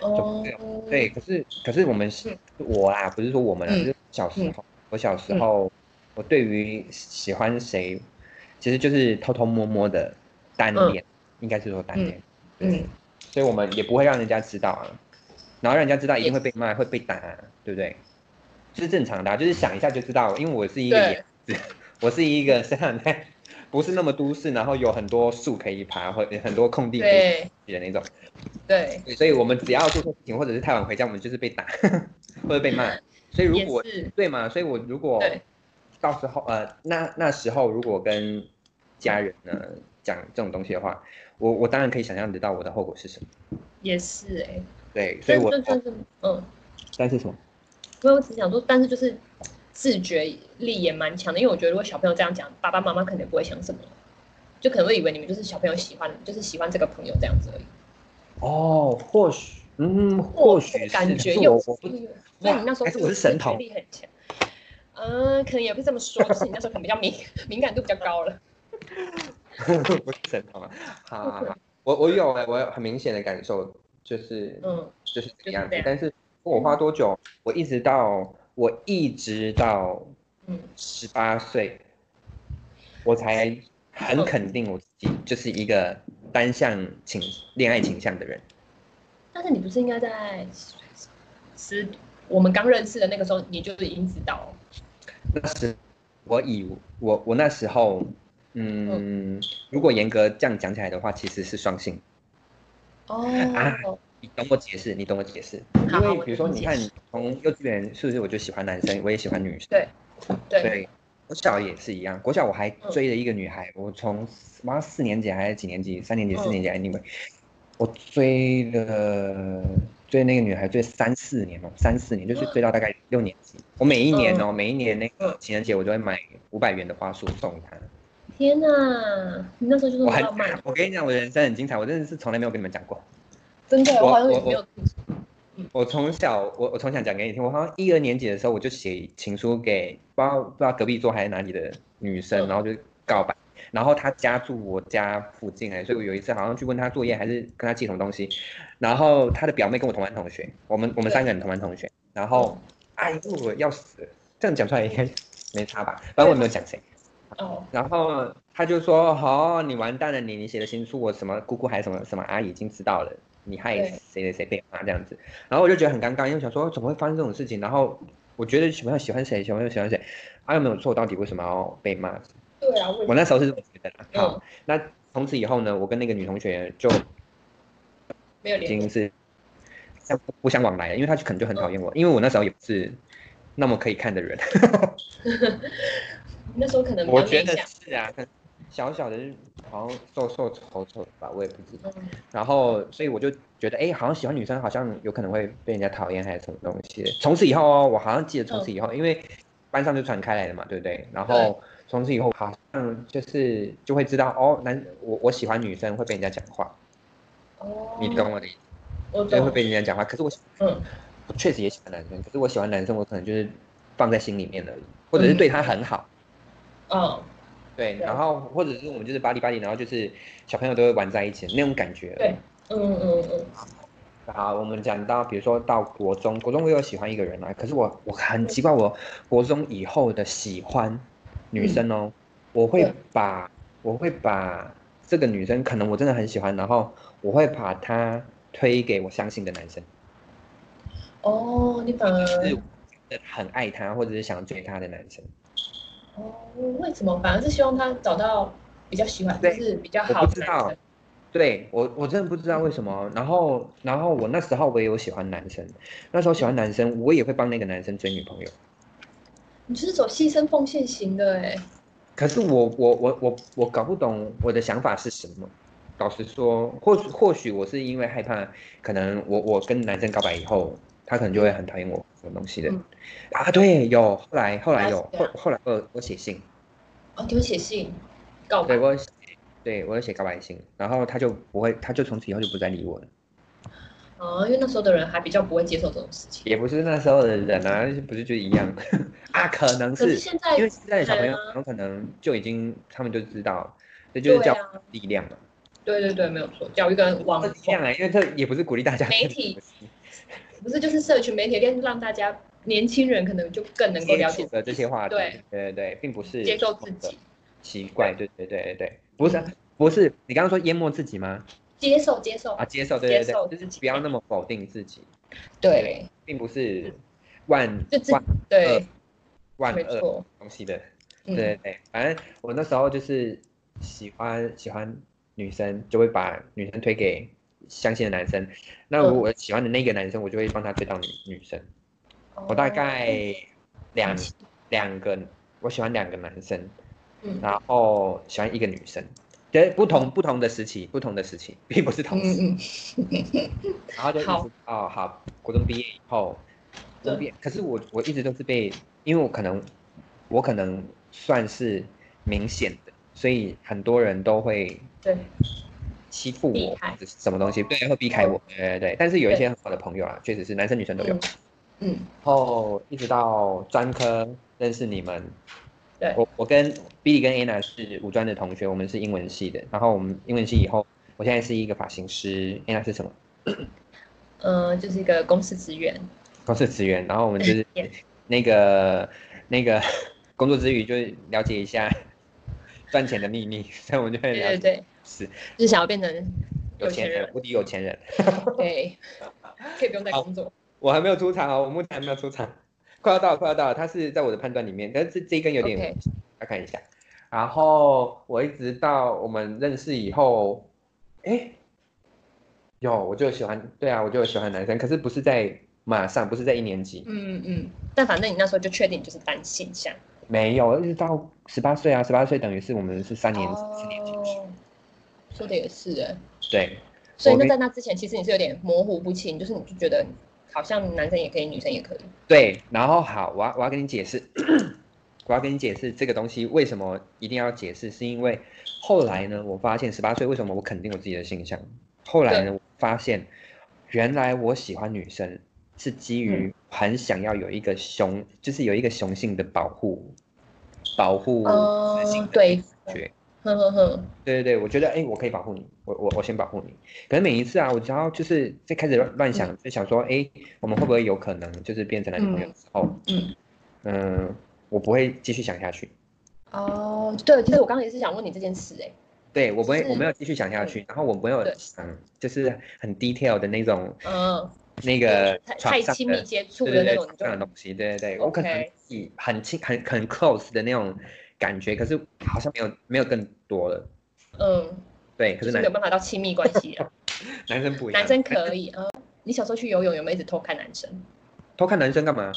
[SPEAKER 1] 哦，
[SPEAKER 2] 对，可是可是我们、是我啦，不是说我们啦，
[SPEAKER 1] 嗯
[SPEAKER 2] 就是小时候，我小时候、我对于喜欢谁，其实就是偷偷摸摸的单恋，应该是说单恋，
[SPEAKER 1] 嗯
[SPEAKER 2] 对
[SPEAKER 1] 嗯
[SPEAKER 2] 所以我们也不会让人家知道啊，然后让人家知道一定会被骂，会被打、啊，对不对？这是正常的、啊，就是想一下就知道，因为我是一个
[SPEAKER 1] 对
[SPEAKER 2] 野我是一
[SPEAKER 1] 嗯
[SPEAKER 2] 个生长在不是那么都市，然后有很多树可以爬，或很多空地可以
[SPEAKER 1] 对
[SPEAKER 2] 去的那种。
[SPEAKER 1] 对，
[SPEAKER 2] 对所以我们只要做错事情，或者是太晚回家，我们就是被打 或者被骂。所以如
[SPEAKER 1] 也
[SPEAKER 2] 果哦
[SPEAKER 1] 是，
[SPEAKER 2] 对嘛，所以我如果
[SPEAKER 1] 对
[SPEAKER 2] 到时候呃，那那时候如果跟家人呢讲这种东西的话，我我当然可以想象得到我的后果是什么。
[SPEAKER 1] 也是哎，
[SPEAKER 2] 对，所以
[SPEAKER 1] 但
[SPEAKER 2] 我哦
[SPEAKER 1] 但但是，嗯，
[SPEAKER 2] 但是什么？
[SPEAKER 1] 因为我只想说，但是就是自觉力也蛮强的，因为我觉得如果小朋友这样讲，爸爸妈妈可能也不会想什么，就可能会以为你们就是小朋友喜欢，就是喜欢这个朋友这样子而已。
[SPEAKER 2] 哦，或许嗯，或许是
[SPEAKER 1] 感觉
[SPEAKER 2] 可是
[SPEAKER 1] 又
[SPEAKER 2] 我
[SPEAKER 1] 所
[SPEAKER 2] 我
[SPEAKER 1] 以
[SPEAKER 2] 不
[SPEAKER 1] 你那时候
[SPEAKER 2] 还是我是神童
[SPEAKER 1] 自制力很强。嗯，可能也不是这么说，就是你那时候可能比较敏 敏感度比较高了。
[SPEAKER 2] 不是神童啊，好好好，我我有欸我有很明显的感受，就是
[SPEAKER 1] 嗯，
[SPEAKER 2] 就是这个样
[SPEAKER 1] 就是这样。
[SPEAKER 2] 子但是我花多久？我一直到我一直到
[SPEAKER 1] 嗯
[SPEAKER 2] 十八岁，我才很肯定我自己就是一个单向倾恋爱倾向的人。
[SPEAKER 1] 但是你不是应该在十我们刚认识的那个时候，你就已经知道
[SPEAKER 2] 那时我以我我那时候，嗯，如果严格这样讲起来的话，其实是双性。
[SPEAKER 1] 哦？
[SPEAKER 2] 啊你懂我解释，你懂我解释。
[SPEAKER 1] 好
[SPEAKER 2] 因
[SPEAKER 1] 好
[SPEAKER 2] 为
[SPEAKER 1] 我
[SPEAKER 2] 比如说，
[SPEAKER 1] 懂你
[SPEAKER 2] 你
[SPEAKER 1] 解
[SPEAKER 2] 看
[SPEAKER 1] 释
[SPEAKER 2] 从幼稚园是不是我就喜欢男生，我也喜欢女生。
[SPEAKER 1] 对对，嗯
[SPEAKER 2] 对，国小也是一样，国小我还追了一个女孩，我从我妈四年级还是几年级，三年级、
[SPEAKER 1] 嗯
[SPEAKER 2] 四年级，anyway，我追了追那个女孩追三四年哦，三四年就是
[SPEAKER 1] 嗯
[SPEAKER 2] 追到大概六年级。我每一年哦，每一年那个情人节我都会买五百元的花束送她。
[SPEAKER 1] 天哪，你那时候就是
[SPEAKER 2] 我很
[SPEAKER 1] 嗯浪漫，
[SPEAKER 2] 我跟你讲，我的人生很精彩，我真的是从来没有跟你们讲过。
[SPEAKER 1] 真的，
[SPEAKER 2] 我
[SPEAKER 1] 我好像
[SPEAKER 2] 我
[SPEAKER 1] 没有听说
[SPEAKER 2] 我从小，我我从小讲给你听，我好像一二年级的时候，我就写情书给不知道不知道隔壁桌还是哪里的女生，
[SPEAKER 1] 嗯
[SPEAKER 2] 然后就告白，然后她家住我家附近哎，所以我有一次好像去问她作业还是跟她借什么东西，然后她的表妹跟我同班同学，我们我们
[SPEAKER 1] 对
[SPEAKER 2] 三个人同班同学，然后哎呦我要死，这样讲出来应该没差吧，反正我也没有讲谁，
[SPEAKER 1] 哦，
[SPEAKER 2] 然后他就说：“好、你完蛋了，你你写的新书，我什么姑姑还什么什么阿姨已经知道了，你害
[SPEAKER 1] 对
[SPEAKER 2] 谁谁谁被骂这样子。”然后我就觉得很尴尬，因为我想说怎么会发生这种事情？然后我觉得喜欢喜欢谁，喜欢喜欢谁，啊又没有错，到底为什么要被骂？
[SPEAKER 1] 对啊，我
[SPEAKER 2] 我那时候是这么觉得啦。
[SPEAKER 1] 嗯
[SPEAKER 2] 好，那从此以后呢，我跟那个女同学就
[SPEAKER 1] 没有
[SPEAKER 2] 已
[SPEAKER 1] 联
[SPEAKER 2] 经
[SPEAKER 1] 络，
[SPEAKER 2] 是相不相往来了，因为她可能就很讨厌我，因为我那时候也不是那么可以看的人。
[SPEAKER 1] 你那时候可能比
[SPEAKER 2] 我
[SPEAKER 1] 较
[SPEAKER 2] 觉
[SPEAKER 1] 内
[SPEAKER 2] 得
[SPEAKER 1] 向，
[SPEAKER 2] 是啊，可能小小的就好像瘦瘦丑丑的吧，我也不知道。
[SPEAKER 1] 嗯
[SPEAKER 2] 然后，所以我就觉得，哎、好像喜欢女生，好像有可能会被人家讨厌，还是什么东西的。从此以后哦，我好像记得从此以后，
[SPEAKER 1] 嗯
[SPEAKER 2] 因为班上就传开来了嘛，对不对？然后从此以后，好像就是就会知道，哦，男我我喜欢女生会被人家讲话，
[SPEAKER 1] 哦，
[SPEAKER 2] 你懂我的意思，
[SPEAKER 1] 我
[SPEAKER 2] 就是会
[SPEAKER 1] 懂，
[SPEAKER 2] 被人家讲话。可是我喜
[SPEAKER 1] 嗯
[SPEAKER 2] 我确实也喜欢男生，可是我喜欢男生，我可能就是放在心里面而已，或者是对他很好。
[SPEAKER 1] 哦，
[SPEAKER 2] 对，
[SPEAKER 1] 嗯对
[SPEAKER 2] 然后或者是我们就是巴黎巴黎，然后就是小朋友都会玩在一起的那种感觉。
[SPEAKER 1] 对嗯嗯嗯，
[SPEAKER 2] 好，我们讲到，比如说到国中，国中我有喜欢一个人啊，可是我我很奇怪，我国中以后的喜欢女生哦，我会
[SPEAKER 1] 对
[SPEAKER 2] 把我会把这个女生，可能我真的很喜欢，然后我会把她推给我相信的男生，
[SPEAKER 1] 哦，你反而
[SPEAKER 2] 就是我真的很爱她或者是想追她的男生，
[SPEAKER 1] 哦，为什么反而是希望他找到比较喜欢，就
[SPEAKER 2] 对
[SPEAKER 1] 是比较
[SPEAKER 2] 我
[SPEAKER 1] 好的
[SPEAKER 2] 不知
[SPEAKER 1] 男
[SPEAKER 2] 道
[SPEAKER 1] 生？
[SPEAKER 2] 对我我真的不知道为什么，然后然后我那时候我也有喜欢男生，那时候喜欢男生，我也会帮那个男生追女朋友。
[SPEAKER 1] 你就是走牺牲奉献型的哎、
[SPEAKER 2] 可是我我我我我搞不懂我的想法是什么。老实说，或许或许我是因为害怕，可能我我跟男生告白以后，他可能就会很讨厌我什么东西的。
[SPEAKER 1] 嗯
[SPEAKER 2] 啊，对，有后来后来有
[SPEAKER 1] 后来是这
[SPEAKER 2] 后
[SPEAKER 1] 样
[SPEAKER 2] 后来我有我写信，
[SPEAKER 1] 哦，你会写信告白
[SPEAKER 2] 对我有写对我有写告白信，然后他就不会，他就从此以后就不再理我了。
[SPEAKER 1] 哦，因为那时候的人还比较不会接受这种事情。
[SPEAKER 2] 也不是那时候的人啊，不是就一样 啊？可能
[SPEAKER 1] 可
[SPEAKER 2] 是
[SPEAKER 1] 是现在
[SPEAKER 2] 因为现在的小朋友
[SPEAKER 1] 人啊，
[SPEAKER 2] 很可能就已经他们就知道了，这就是
[SPEAKER 1] 对
[SPEAKER 2] 叫
[SPEAKER 1] 啊
[SPEAKER 2] 力量嘛。
[SPEAKER 1] 对对对，没有错，教育跟网
[SPEAKER 2] 这样啊，因为这也不是鼓励大家
[SPEAKER 1] 哦媒体不是就是社群媒体，让让大家年轻人可能就更能够了解
[SPEAKER 2] 的这些话题，
[SPEAKER 1] 对
[SPEAKER 2] 对对对，并不是
[SPEAKER 1] 接受自己，
[SPEAKER 2] 奇怪，对对对对对，不是不是，你刚刚说淹没自己吗？
[SPEAKER 1] 接受接受
[SPEAKER 2] 啊，接受，对对
[SPEAKER 1] 接受
[SPEAKER 2] 对，就是不要那么否定自己，
[SPEAKER 1] 对
[SPEAKER 2] 并不是万
[SPEAKER 1] 就自
[SPEAKER 2] 万
[SPEAKER 1] 对，
[SPEAKER 2] 万
[SPEAKER 1] 没
[SPEAKER 2] 恶
[SPEAKER 1] 错，
[SPEAKER 2] 东西的，对
[SPEAKER 1] 嗯
[SPEAKER 2] 对对，反正我那时候就是喜欢喜欢女生，就会把女生推给。相信的男生，那
[SPEAKER 1] 嗯
[SPEAKER 2] 如果我喜欢的那个男生，我就会帮他追到女女生。我大概两两个，我喜欢两个男生，
[SPEAKER 1] 嗯嗯
[SPEAKER 2] 然后喜欢一个女生，对，不同不同的时期，不同的时期， 并不是同时。
[SPEAKER 1] 嗯
[SPEAKER 2] 然后就一直
[SPEAKER 1] 好嗯
[SPEAKER 2] 哦，好，国中毕业以后，国中毕业，可是我我一直都是被，因为我可能我可能算是明显的，所以很多人都会
[SPEAKER 1] 对
[SPEAKER 2] 欺负
[SPEAKER 1] 避
[SPEAKER 2] 我，
[SPEAKER 1] 开哦
[SPEAKER 2] 或者是什么东西，对，会避开我，对对对。但是有一些很好的朋友啊，确实是男生女生都有。
[SPEAKER 1] 嗯嗯
[SPEAKER 2] 然后一直到专科认识你们。
[SPEAKER 1] 对
[SPEAKER 2] 我我跟 Billy 跟 Anna 是五专的同学，我们是英文系的。然后我们英文系以后，我现在是一个发型师，Anna 是什么？
[SPEAKER 1] 呃，就是一个公司职员，
[SPEAKER 2] 公司职员。然后我们就是
[SPEAKER 1] Yeah
[SPEAKER 2] 那个那个 工作之余，就是了解一下 赚钱的秘密，所以我们就会
[SPEAKER 1] 对
[SPEAKER 2] 了
[SPEAKER 1] 对
[SPEAKER 2] 解
[SPEAKER 1] 对，
[SPEAKER 2] 是
[SPEAKER 1] 就是想要变成有
[SPEAKER 2] 有
[SPEAKER 1] 钱
[SPEAKER 2] 钱人
[SPEAKER 1] 人，，
[SPEAKER 2] 无敌有钱人。
[SPEAKER 1] 对，可以不用再工作，
[SPEAKER 2] 我还没有出场哦，我目前还没有出场， 快要到了，快要到了，它是在我的判断里面，但是这这一根有点
[SPEAKER 1] OK
[SPEAKER 2] 要看一下。然后我一直到我们认识以后，哎，有我就喜欢，对啊，我就喜欢男生，可是不是在马上，不是在一年级，
[SPEAKER 1] 嗯嗯，但反正你那时候就确定就是单性向，
[SPEAKER 2] 没有，一直到十八岁啊，十八岁等于是我们是三年四年级，
[SPEAKER 1] 哦，说的也是哎，
[SPEAKER 2] 对，
[SPEAKER 1] 所以
[SPEAKER 2] 我
[SPEAKER 1] 那
[SPEAKER 2] 跟
[SPEAKER 1] 在那之前，其实你是有点模糊不清，就是你就觉得好像男生也可以，女生也可以。
[SPEAKER 2] 对，然后好，我要我要跟你解释， 我要跟你解释这个东西为什么一定要解释，是因为后来呢，我发现十八岁为什么我肯定我自己的性向，后来呢，我发现原来我喜欢女生是基
[SPEAKER 1] 嗯
[SPEAKER 2] 于很想要有一个雄，就是有一个雄性的保护，保护
[SPEAKER 1] 哦
[SPEAKER 2] 雌性的
[SPEAKER 1] 对
[SPEAKER 2] 感觉。
[SPEAKER 1] 哼哼哼，
[SPEAKER 2] 对对对，我觉得哎、诶我可以保护你，我我我先保护你。可是每一次啊，我只要就是在开始乱乱想，就想说，哎、我们会不会有可能就是变成男女朋友之后，
[SPEAKER 1] 嗯嗯，
[SPEAKER 2] 嗯、我不会继续想下去。
[SPEAKER 1] 哦，对，其实我刚刚也是想问你这件事、哎，
[SPEAKER 2] 对我不会，
[SPEAKER 1] 是
[SPEAKER 2] 我没有继续想下去，然后我没有
[SPEAKER 1] 对
[SPEAKER 2] 想，就是很 detail 的那种
[SPEAKER 1] 嗯，
[SPEAKER 2] 那个
[SPEAKER 1] 太
[SPEAKER 2] 床
[SPEAKER 1] 太
[SPEAKER 2] 上
[SPEAKER 1] 亲密
[SPEAKER 2] 的，
[SPEAKER 1] 接触
[SPEAKER 2] 对
[SPEAKER 1] 的
[SPEAKER 2] 对
[SPEAKER 1] 那
[SPEAKER 2] 对，
[SPEAKER 1] 种，
[SPEAKER 2] 床上的东西，对对对，我
[SPEAKER 1] OK
[SPEAKER 2] 可能自己很亲很很 close 的那种感觉，可是好像没有没有更多了。
[SPEAKER 1] 你就嗯，
[SPEAKER 2] 对，可
[SPEAKER 1] 就是是
[SPEAKER 2] 男
[SPEAKER 1] 没有办法到亲密关 系啊。
[SPEAKER 2] 男生不一样，哎
[SPEAKER 1] 男生可以啊、嗯你小时候去游泳有没有一直偷看男生？
[SPEAKER 2] 偷看男生干嘛？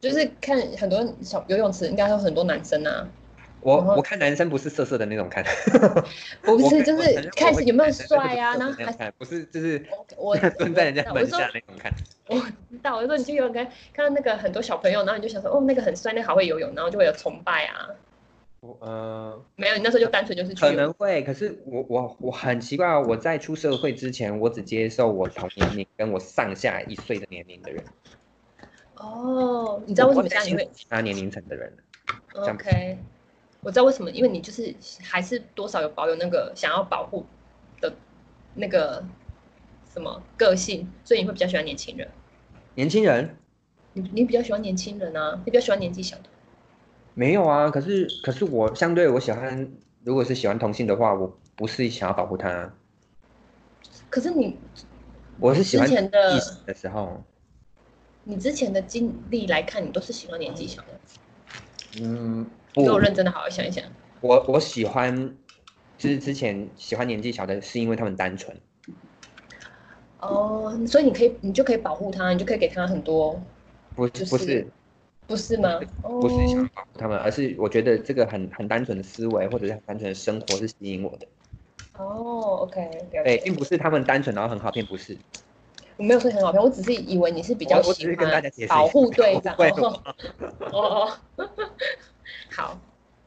[SPEAKER 1] 就是看很多小游泳池，应该有很多男生啊，
[SPEAKER 2] 我
[SPEAKER 1] 然后
[SPEAKER 2] 我看男生不是色色的那种看，
[SPEAKER 1] 不
[SPEAKER 2] 我
[SPEAKER 1] 是，
[SPEAKER 2] 看
[SPEAKER 1] 就
[SPEAKER 2] 我承
[SPEAKER 1] 是
[SPEAKER 2] 认
[SPEAKER 1] 看
[SPEAKER 2] 我会
[SPEAKER 1] 有没有
[SPEAKER 2] 男生真的
[SPEAKER 1] 帅啊，然后
[SPEAKER 2] 不
[SPEAKER 1] 还
[SPEAKER 2] 是色色那样看不是就是
[SPEAKER 1] 我
[SPEAKER 2] 蹲在人家
[SPEAKER 1] 我
[SPEAKER 2] 门
[SPEAKER 1] 说
[SPEAKER 2] 下那种看，
[SPEAKER 1] 我知道，我说你去游泳看看到那个很多小朋友，然后你就想说，哦，那个很帅，那个好会游泳，然后就会有崇拜啊。
[SPEAKER 2] 我呃
[SPEAKER 1] 没有，你那时候就单纯就是去
[SPEAKER 2] 可
[SPEAKER 1] 游
[SPEAKER 2] 能会，可是我我我很奇怪，我在出社会之前，我只接受我同年龄跟我上下一岁的年龄的人，
[SPEAKER 1] 哦，你
[SPEAKER 2] 你
[SPEAKER 1] 知道为什么现在你会
[SPEAKER 2] 其他年龄层的人？这样
[SPEAKER 1] OK？我知道为什么，因为你就是还是多少有保有那个想要保护的那个什么个性，所以你会比较喜欢年轻人。
[SPEAKER 2] 年轻人
[SPEAKER 1] 你你比较喜欢年轻人啊，你比较喜欢年纪小的。
[SPEAKER 2] 没有啊，可是可是我相对我喜欢，如果是喜欢同性的话，我不是想要保护他，
[SPEAKER 1] 可是你
[SPEAKER 2] 我是喜欢
[SPEAKER 1] 之前的
[SPEAKER 2] 异性的时候，
[SPEAKER 1] 你之前的经历来看，你都是喜欢年纪小的。
[SPEAKER 2] 嗯，
[SPEAKER 1] 给我
[SPEAKER 2] 不，
[SPEAKER 1] 认真的好好想一想。
[SPEAKER 2] 我我喜欢，就是之前喜欢年纪小的，是因为他们单纯。
[SPEAKER 1] 哦，所以你可以，你就可以保护他，你就可以给他很多，
[SPEAKER 2] 不
[SPEAKER 1] 就是
[SPEAKER 2] 不是
[SPEAKER 1] 不是吗？哦
[SPEAKER 2] 不是想保护他们，而是我觉得这个很很单纯的思维或者是很单纯的生活是吸引我的。
[SPEAKER 1] 哦，OK，了
[SPEAKER 2] 对，
[SPEAKER 1] 解。
[SPEAKER 2] 并不是他们单纯然后很好骗，不是。
[SPEAKER 1] 我没有说很好骗，我只是以为你是比较
[SPEAKER 2] 我我
[SPEAKER 1] 喜
[SPEAKER 2] 只是跟大家解释
[SPEAKER 1] 欢
[SPEAKER 2] 一下
[SPEAKER 1] 保护对方。
[SPEAKER 2] 我不会
[SPEAKER 1] 哦 哦，哦好，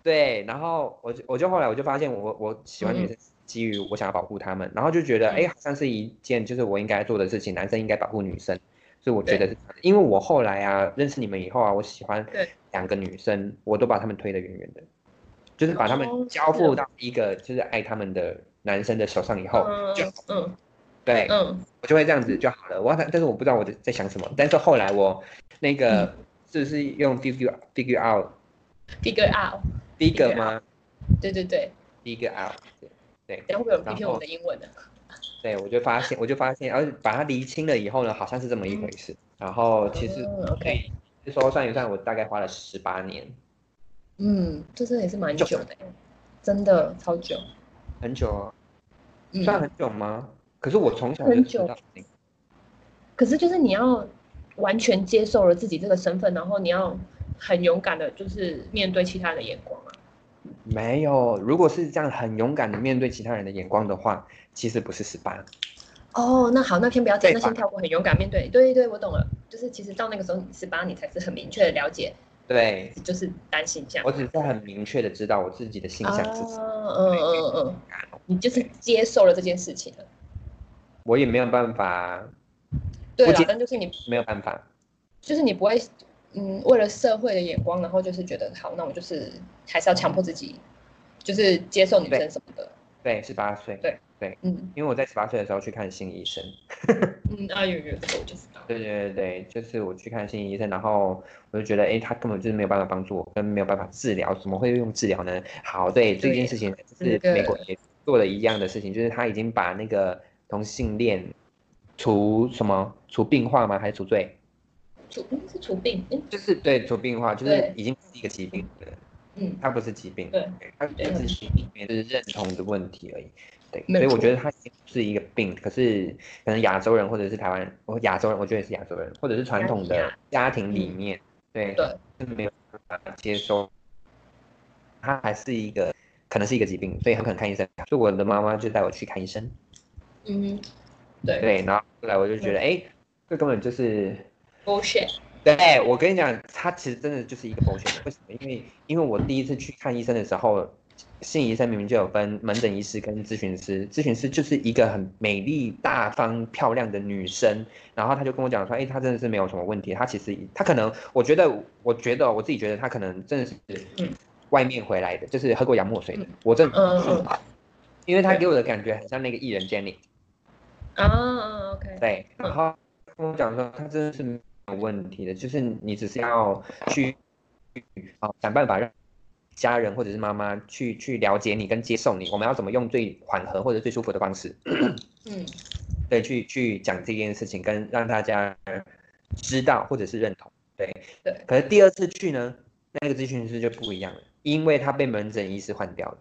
[SPEAKER 2] 对，然后我就我就后来我就发现我我喜欢女生是基于我想要保护他们，然后就觉得
[SPEAKER 1] 嗯
[SPEAKER 2] 哎、好像是一件就是我应该做的事情，男生应该保护女生，所以我觉
[SPEAKER 1] 对
[SPEAKER 2] 得是，因为我后来啊认识你们以后啊，我喜欢
[SPEAKER 1] 对
[SPEAKER 2] 两个女生，我都把她们推得远远的，就是把她
[SPEAKER 1] 哦
[SPEAKER 2] 们交
[SPEAKER 1] 是
[SPEAKER 2] 付
[SPEAKER 1] 哦
[SPEAKER 2] 到一个就是爱她们的男生的手上以后，就
[SPEAKER 1] 嗯嗯
[SPEAKER 2] 对，
[SPEAKER 1] 嗯，
[SPEAKER 2] 我就会这样子就好了。我但但是我不知道我在想什么。但是后来我那个
[SPEAKER 1] 嗯
[SPEAKER 2] 是不是用 figure figure out
[SPEAKER 1] ，figure out，
[SPEAKER 2] figure 吗
[SPEAKER 1] 对对对，
[SPEAKER 2] ？figure out 对
[SPEAKER 1] 等一下会不
[SPEAKER 2] 对
[SPEAKER 1] 会有人批
[SPEAKER 2] 然
[SPEAKER 1] 评我们
[SPEAKER 2] 后
[SPEAKER 1] 的英文的？
[SPEAKER 2] 对，我就发现我就发现，而哦把它厘清了以后呢，好像是这么一回事。然后其实
[SPEAKER 1] 嗯，OK，
[SPEAKER 2] 就说算一算，我大概花了十八年，
[SPEAKER 1] 嗯，这真的也是蛮
[SPEAKER 2] 就
[SPEAKER 1] 久的，真的超久，
[SPEAKER 2] 很久哦，
[SPEAKER 1] 嗯，
[SPEAKER 2] 算很久吗？可是我从小就
[SPEAKER 1] 很
[SPEAKER 2] 知
[SPEAKER 1] 久
[SPEAKER 2] 道，
[SPEAKER 1] 可是就是你要完全接受了自己这个身份，然后你要很勇敢的，就是面对其他人的眼光啊。
[SPEAKER 2] 没有。如果是这样很勇敢的面对其他人的眼光的话，其实不是十八，
[SPEAKER 1] 哦，那好，那先不要讲，
[SPEAKER 2] 对
[SPEAKER 1] 那
[SPEAKER 2] 吧
[SPEAKER 1] 先跳过，很勇敢面对。对对对，我懂了。就是其实到那个时候，你十八，你才是很明确的了解，
[SPEAKER 2] 对
[SPEAKER 1] 就是单性向。
[SPEAKER 2] 我只是很明确的知道我自己的性
[SPEAKER 1] 啊，
[SPEAKER 2] 向是什么。
[SPEAKER 1] 嗯嗯嗯，你就是接受了这件事情了。
[SPEAKER 2] 我也没有办法，
[SPEAKER 1] 对
[SPEAKER 2] 我
[SPEAKER 1] 了
[SPEAKER 2] 接，
[SPEAKER 1] 但就是你，
[SPEAKER 2] 没有办法。
[SPEAKER 1] 就是你不会，嗯，为了社会的眼光，然后就是觉得好，那我就是还是要强迫自己，就是接受女生什么的。
[SPEAKER 2] 对，十八岁，
[SPEAKER 1] 对嗯
[SPEAKER 2] 因为我在十八岁的时候去看心理医生。
[SPEAKER 1] 嗯，啊有有，这个我就知道。
[SPEAKER 2] 对对对对，就是我去看心理医生，然后我就觉得，哎，他根本就是没有办法帮助我，跟没有办法治疗，怎么会用治疗呢？好，对，这件事情就是
[SPEAKER 1] 这个
[SPEAKER 2] 美国也做了一样的事情，就是他已经把那个同性恋除什么除病化吗？还是除罪？
[SPEAKER 1] 除嗯是除病，嗯
[SPEAKER 2] 就是对除病化，就是
[SPEAKER 1] 对
[SPEAKER 2] 已经不是一个疾病了，
[SPEAKER 1] 嗯，
[SPEAKER 2] 它不是疾病。
[SPEAKER 1] 对，
[SPEAKER 2] 他只
[SPEAKER 1] 对
[SPEAKER 2] 是心里面就是认同的问题而已。对，
[SPEAKER 1] 没
[SPEAKER 2] 所以我
[SPEAKER 1] 错
[SPEAKER 2] 觉得他已经不是一个病，可是可能亚洲人或者是台湾，我亚洲人，我觉得也是亚洲人，或者是传
[SPEAKER 1] 亚
[SPEAKER 2] 统的
[SPEAKER 1] 亚
[SPEAKER 2] 家庭里面，对，
[SPEAKER 1] 对
[SPEAKER 2] 是没有办法接受，他还是一个可能是一个疾病，所以很可能看医生。所以我的妈妈就带我去看医生，
[SPEAKER 1] 嗯，对嗯
[SPEAKER 2] 对，然后后来我就觉得，哎、这根本就是
[SPEAKER 1] ，bullshit，
[SPEAKER 2] 对，我跟你讲，他其实真的就是一个狗血。为什么？因为因为我第一次去看医生的时候，心理医生明明就有分门诊医师跟咨询师，咨询师就是一个很美丽、大方、漂亮的女生，然后他就跟我讲说，哎、她真的是没有什么问题，她其实她可能，我觉得，我觉得我自己觉得她可能真的是
[SPEAKER 1] 嗯
[SPEAKER 2] 外面回来的，就是喝过洋墨水的
[SPEAKER 1] 嗯。
[SPEAKER 2] 我真的
[SPEAKER 1] 嗯
[SPEAKER 2] 不
[SPEAKER 1] 嗯
[SPEAKER 2] 知道，因为她给我的感觉很像那个艺人 Jenny。
[SPEAKER 1] 啊，OK，
[SPEAKER 2] 对，
[SPEAKER 1] 嗯
[SPEAKER 2] 然后跟我讲说，他真的是没有问题的，就是你只是要去啊想办法让家人或者是妈妈去去了解你跟接受你，我们要怎么用最缓和或者最舒服的方式，
[SPEAKER 1] 嗯
[SPEAKER 2] 对，去去讲这件事情，跟让大家知道或者是认同。对，
[SPEAKER 1] 对
[SPEAKER 2] 可是第二次去呢，那个咨询师就不一样了，因为他被门诊医师换掉了，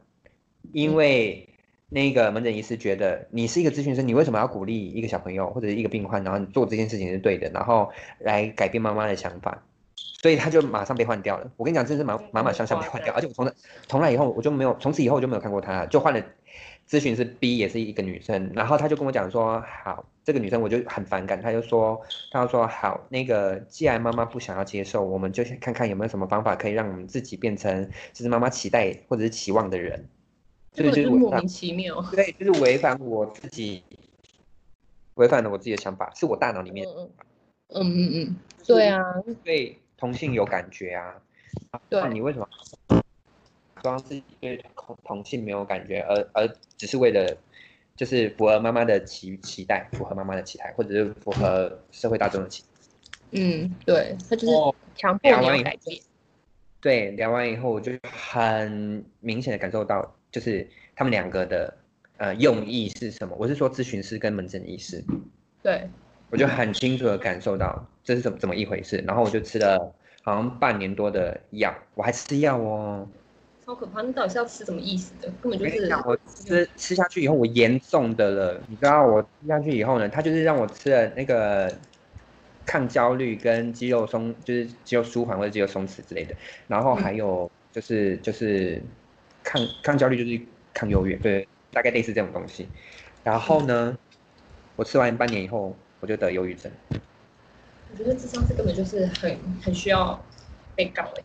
[SPEAKER 2] 因为那个门诊医师觉得你是一个咨询师，你为什么要鼓励一个小朋友或者是一个病患，然后你做这件事情是对的，然后来改变妈妈的想法，所以他就马上被换掉了。我跟你讲，真是马马马上上被换掉，而且我从来从来以后我就没有，从此以后我就没有看过他了，就换了咨询师 B 也是一个女生，然后她就跟我讲说，好，这个女生我就很反感，她就说，她就说好，那个既然妈妈不想要接受，我们就去看看有没有什么方法可以让我们自己变成就是妈妈期待或者是期望的人，
[SPEAKER 1] 这
[SPEAKER 2] 所
[SPEAKER 1] 个就
[SPEAKER 2] 以
[SPEAKER 1] 是
[SPEAKER 2] 是违
[SPEAKER 1] 莫
[SPEAKER 2] 反
[SPEAKER 1] 名其妙。
[SPEAKER 2] 对，就是违反我自己，违反了我自己的想法，是我大脑里面
[SPEAKER 1] 嗯嗯嗯嗯嗯，对啊，
[SPEAKER 2] 对同性有感觉啊，
[SPEAKER 1] 对
[SPEAKER 2] 那你为什么装自己对同同性没有感觉，而而只是为了就是符合妈妈的期期待，符合妈妈的期待，或者是符合社会大众的期待。
[SPEAKER 1] 嗯，对，他就是
[SPEAKER 2] 哦
[SPEAKER 1] 强迫
[SPEAKER 2] 聊
[SPEAKER 1] 你
[SPEAKER 2] 完
[SPEAKER 1] 要
[SPEAKER 2] 以
[SPEAKER 1] 改变。
[SPEAKER 2] 对，聊完以后，我就很明显的感受到，就是他们两个的呃用意是什么？我是说咨询师跟门诊医师，
[SPEAKER 1] 对，
[SPEAKER 2] 我就很清楚的感受到这是怎么怎么一回事。然后我就吃了好像半年多的药，我还吃药哦。
[SPEAKER 1] 超可怕！那到底是要吃什么意思的？根本就
[SPEAKER 2] 我跟你
[SPEAKER 1] 是嗯
[SPEAKER 2] 讲，哎我吃吃下去以后，我严重的了，你知道我吃下去以后呢，他就是让我吃了那个抗焦虑跟肌肉松，就是肌肉舒缓或者肌肉松弛之类的，然
[SPEAKER 1] 嗯
[SPEAKER 2] 后还有就是、就是抗抗焦虑就是抗忧郁，对，大概类似这种东西。然后呢，
[SPEAKER 1] 嗯
[SPEAKER 2] 我吃完半年以后，我就得忧郁症，
[SPEAKER 1] 我觉得智商是根本就是很很需要被告哎、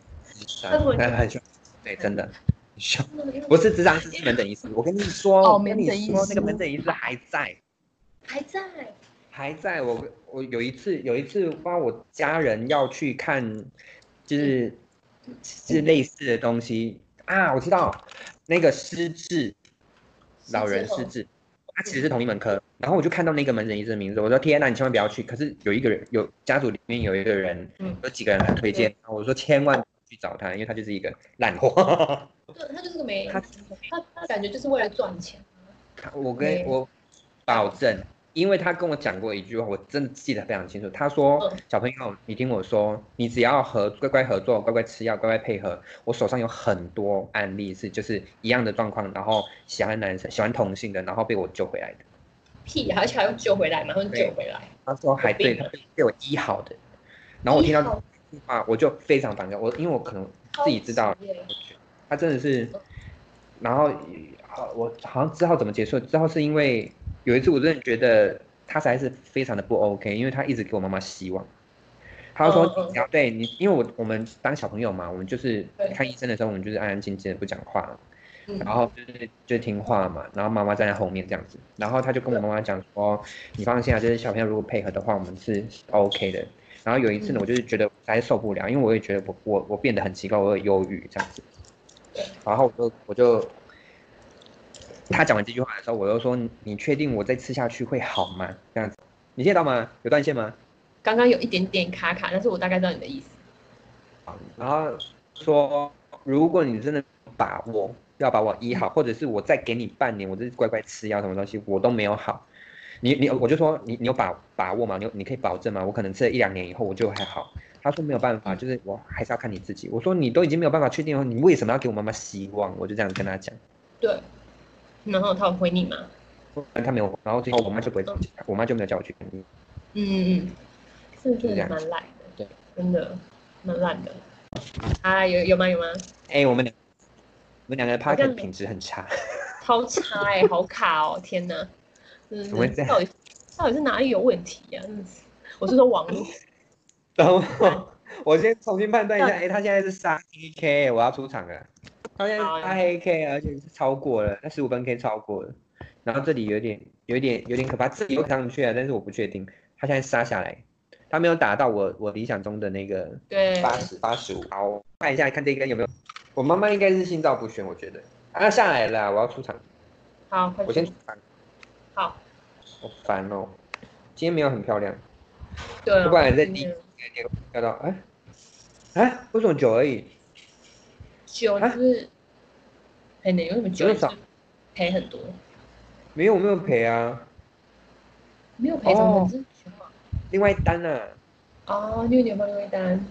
[SPEAKER 1] 那嗯如果你
[SPEAKER 2] 很很凶，对，真的很凶。
[SPEAKER 1] 那个那个
[SPEAKER 2] 不是智商师，是门诊医师。我跟你说，
[SPEAKER 1] 哦
[SPEAKER 2] 我跟
[SPEAKER 1] 门
[SPEAKER 2] 你
[SPEAKER 1] 诊医
[SPEAKER 2] 说，那
[SPEAKER 1] 师
[SPEAKER 2] 个门诊医师还在。
[SPEAKER 1] 还在，
[SPEAKER 2] 还在我我有一次有一次，帮我家人要去看，就是是类似的东西啊，我知道那个失智老人
[SPEAKER 1] 失智
[SPEAKER 2] 失智，他其实是同一门科，然后我就看到那个门诊医生的名字，我说天呐，啊你千万不要去。可是有一个人有家族里面有一个人，
[SPEAKER 1] 嗯
[SPEAKER 2] 有几个人来推荐，然后我说千万不要去找他，因为他就是一个烂货。
[SPEAKER 1] 对，他就是个没
[SPEAKER 2] 他
[SPEAKER 1] 他他感觉就是为了赚钱。啊
[SPEAKER 2] 我跟
[SPEAKER 1] 对
[SPEAKER 2] 我保证，因为他跟我讲过一句话，我真的记得非常清楚。他说
[SPEAKER 1] 嗯：“
[SPEAKER 2] 小朋友，你听我说，你只要合乖乖合作，乖乖吃药，乖乖配合。我手上有很多案例是就是一样的状况，然后喜欢男生、喜欢同性的，然后被我救回来的。
[SPEAKER 1] 屁呀、而且还要救回来，马上
[SPEAKER 2] 对
[SPEAKER 1] 救回来。
[SPEAKER 2] 他说还对
[SPEAKER 1] 病了
[SPEAKER 2] 被我医好的。”然后我听到
[SPEAKER 1] 一
[SPEAKER 2] 这
[SPEAKER 1] 号
[SPEAKER 2] 句话，我就非常反感。我因为我可能自己知道
[SPEAKER 1] 超级耶
[SPEAKER 2] 他真的是，然后好，我好像知道怎么结束，知道是因为有一次我真的觉得他实在是非常的不 OK，因为他一直给我妈妈希望，他就说
[SPEAKER 1] 嗯嗯
[SPEAKER 2] 你只要对你，因为我我们当小朋友嘛，我们就是
[SPEAKER 1] 对
[SPEAKER 2] 看医生的时候，我们就是安安静静的不讲话，
[SPEAKER 1] 嗯
[SPEAKER 2] 然后就是就听话嘛，然后妈妈站在后面这样子，然后他就跟我妈妈讲说，你放心啊，就是小朋友如果配合的话，我们是 OK 的。然后有一次呢，我就是觉得实在受不了，因为我也觉得我我我变得很奇怪，我有忧郁这样子
[SPEAKER 1] 对。
[SPEAKER 2] 然后我就我就他讲完这句话的时候，我又说你你确定我再吃下去会好吗？这样子，你听得到吗？有断线吗？
[SPEAKER 1] 刚刚有一点点卡卡，但是我大概知道你的意思。
[SPEAKER 2] 然后说，如果你真的把握要把我医好，或者是我再给你半年，我这乖乖吃药什么东西我都没有好，你你我就说你你有把把握吗？你有你可以保证吗？我可能吃了一两年以后我就还好。他说没有办
[SPEAKER 1] 嗯
[SPEAKER 2] 法，就是我还是要看你自己。我说你都已经没有办法确定了，你为什么要给我妈妈希望？我就这样跟他讲，
[SPEAKER 1] 对，然后他有回你吗？
[SPEAKER 2] 但他没有，然后
[SPEAKER 1] 哦
[SPEAKER 2] 最后我妈就不会这么讲，我妈就没有叫我去看医
[SPEAKER 1] 嗯嗯，是真的蛮烂的，
[SPEAKER 2] 对，
[SPEAKER 1] 真的蛮烂的。啊，有有吗有吗？
[SPEAKER 2] 哎、我们两我们两个的 p
[SPEAKER 1] 好
[SPEAKER 2] a r t
[SPEAKER 1] 像
[SPEAKER 2] y 品质 很差。
[SPEAKER 1] 超差哎、好卡哦，天哪！嗯
[SPEAKER 2] 怎么会这，样
[SPEAKER 1] 到底到底是哪里有问题呀、真的是我是说网络，
[SPEAKER 2] 然 后我先重新判断一下，哎、他现在是杀黑 K，我要出场了。他现在
[SPEAKER 1] 好
[SPEAKER 2] 是杀黑 K，而且是超过了，那十五分 K 超过了。然后这里有点、有点、有点可怕，这里又上去啊了，但是我不确定。他现在杀下来，他没有打到我我理想中的那个
[SPEAKER 1] 对，
[SPEAKER 2] 八十八十五。好，我看一下看这一根有没有。我妈妈应该是心照不宣，我觉得。啊，下来了，我要出场，
[SPEAKER 1] 好，快
[SPEAKER 2] 我先
[SPEAKER 1] 去
[SPEAKER 2] 出场，
[SPEAKER 1] 好，
[SPEAKER 2] 好烦哦。今天没有很漂亮，
[SPEAKER 1] 对啊，
[SPEAKER 2] 不管在
[SPEAKER 1] 今
[SPEAKER 2] 第
[SPEAKER 1] 天
[SPEAKER 2] 跳到哎哎，为什么九而已？
[SPEAKER 1] 酒
[SPEAKER 2] 啊
[SPEAKER 1] 就是赔呢，为什么酒
[SPEAKER 2] 有多少
[SPEAKER 1] 赔很多？
[SPEAKER 2] 没有，我没有赔啊。
[SPEAKER 1] 没有赔偿
[SPEAKER 2] 哦
[SPEAKER 1] 本身全嘛。
[SPEAKER 2] 另外一单啊，
[SPEAKER 1] 哦，六点八六一单，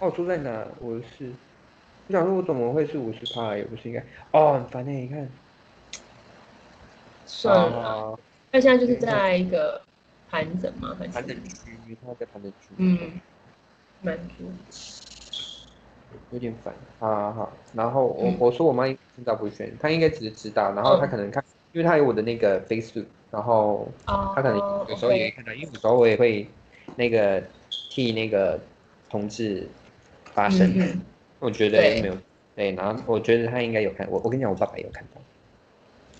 [SPEAKER 2] 哦，出在哪？我是，我想说，我怎么会是五十趴？也不是应该。哦，很烦哎、你看。
[SPEAKER 1] 算了。
[SPEAKER 2] 啊，
[SPEAKER 1] 那现在就是在一个盘整嘛，还是
[SPEAKER 2] 盘整区，他在盘整区，
[SPEAKER 1] 嗯，满足。
[SPEAKER 2] 有点烦。好好好，然后我、
[SPEAKER 1] 嗯
[SPEAKER 2] 我说我妈应该心照不宣，她应该只是知道，然后她可能看，因为她有我的那个 Facebook，然后
[SPEAKER 1] 哦，
[SPEAKER 2] 她可能有时候也会
[SPEAKER 1] OK
[SPEAKER 2] 看到，因为有时候我也会那个替那个同志发声，
[SPEAKER 1] 嗯嗯
[SPEAKER 2] 我觉得
[SPEAKER 1] 对
[SPEAKER 2] 没有对，然后我觉得她应该有看，我我跟你讲，我爸爸也有看到。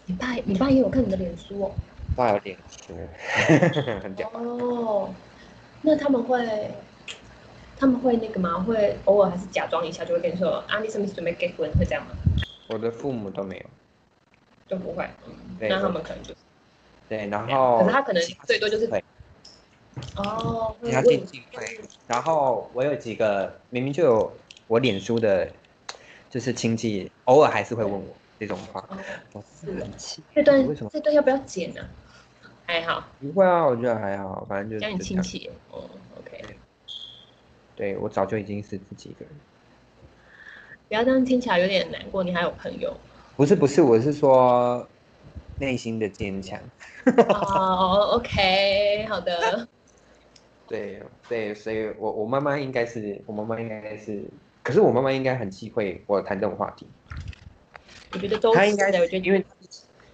[SPEAKER 1] 你爸，你爸也有看你的脸书哦。
[SPEAKER 2] 爸有点粗， 很屌。
[SPEAKER 1] 哦，那他们会，他们会那个吗？会偶尔还是假装一下就会跟你说啊，你什么时候准备结婚？会这样吗？
[SPEAKER 2] 我的父母都没有，
[SPEAKER 1] 就不会，嗯
[SPEAKER 2] 对
[SPEAKER 1] 那他们可能就是
[SPEAKER 2] 对，然
[SPEAKER 1] 这样，
[SPEAKER 2] 后
[SPEAKER 1] 可是他可能最多就是
[SPEAKER 2] 对
[SPEAKER 1] 哦，
[SPEAKER 2] 你要
[SPEAKER 1] 会
[SPEAKER 2] 进进会。然后我有几个明明就有我脸书的，就是亲戚偶尔还是会问我这种话，
[SPEAKER 1] 哦
[SPEAKER 2] 我是很气。
[SPEAKER 1] 这
[SPEAKER 2] 为
[SPEAKER 1] 段
[SPEAKER 2] 什么
[SPEAKER 1] 这段要不要剪呢、还好，
[SPEAKER 2] 不会啊？我觉得还好，反正就是
[SPEAKER 1] 加你
[SPEAKER 2] 这
[SPEAKER 1] 亲
[SPEAKER 2] 样。
[SPEAKER 1] 戚。哦，OK，
[SPEAKER 2] 对我早就已经是自己一个人。
[SPEAKER 1] 不要这样听起来有点难过，你还有朋友。
[SPEAKER 2] 不是不是，我是说内心的坚强。
[SPEAKER 1] 哦，OK，好的，
[SPEAKER 2] 对对，所以我我妈妈应该是，我妈妈应该是，可是我妈妈应该很忌讳我谈这种话题。
[SPEAKER 1] 我觉得都
[SPEAKER 2] 她
[SPEAKER 1] 是
[SPEAKER 2] 应该
[SPEAKER 1] 的，我
[SPEAKER 2] 是
[SPEAKER 1] 觉得
[SPEAKER 2] 因为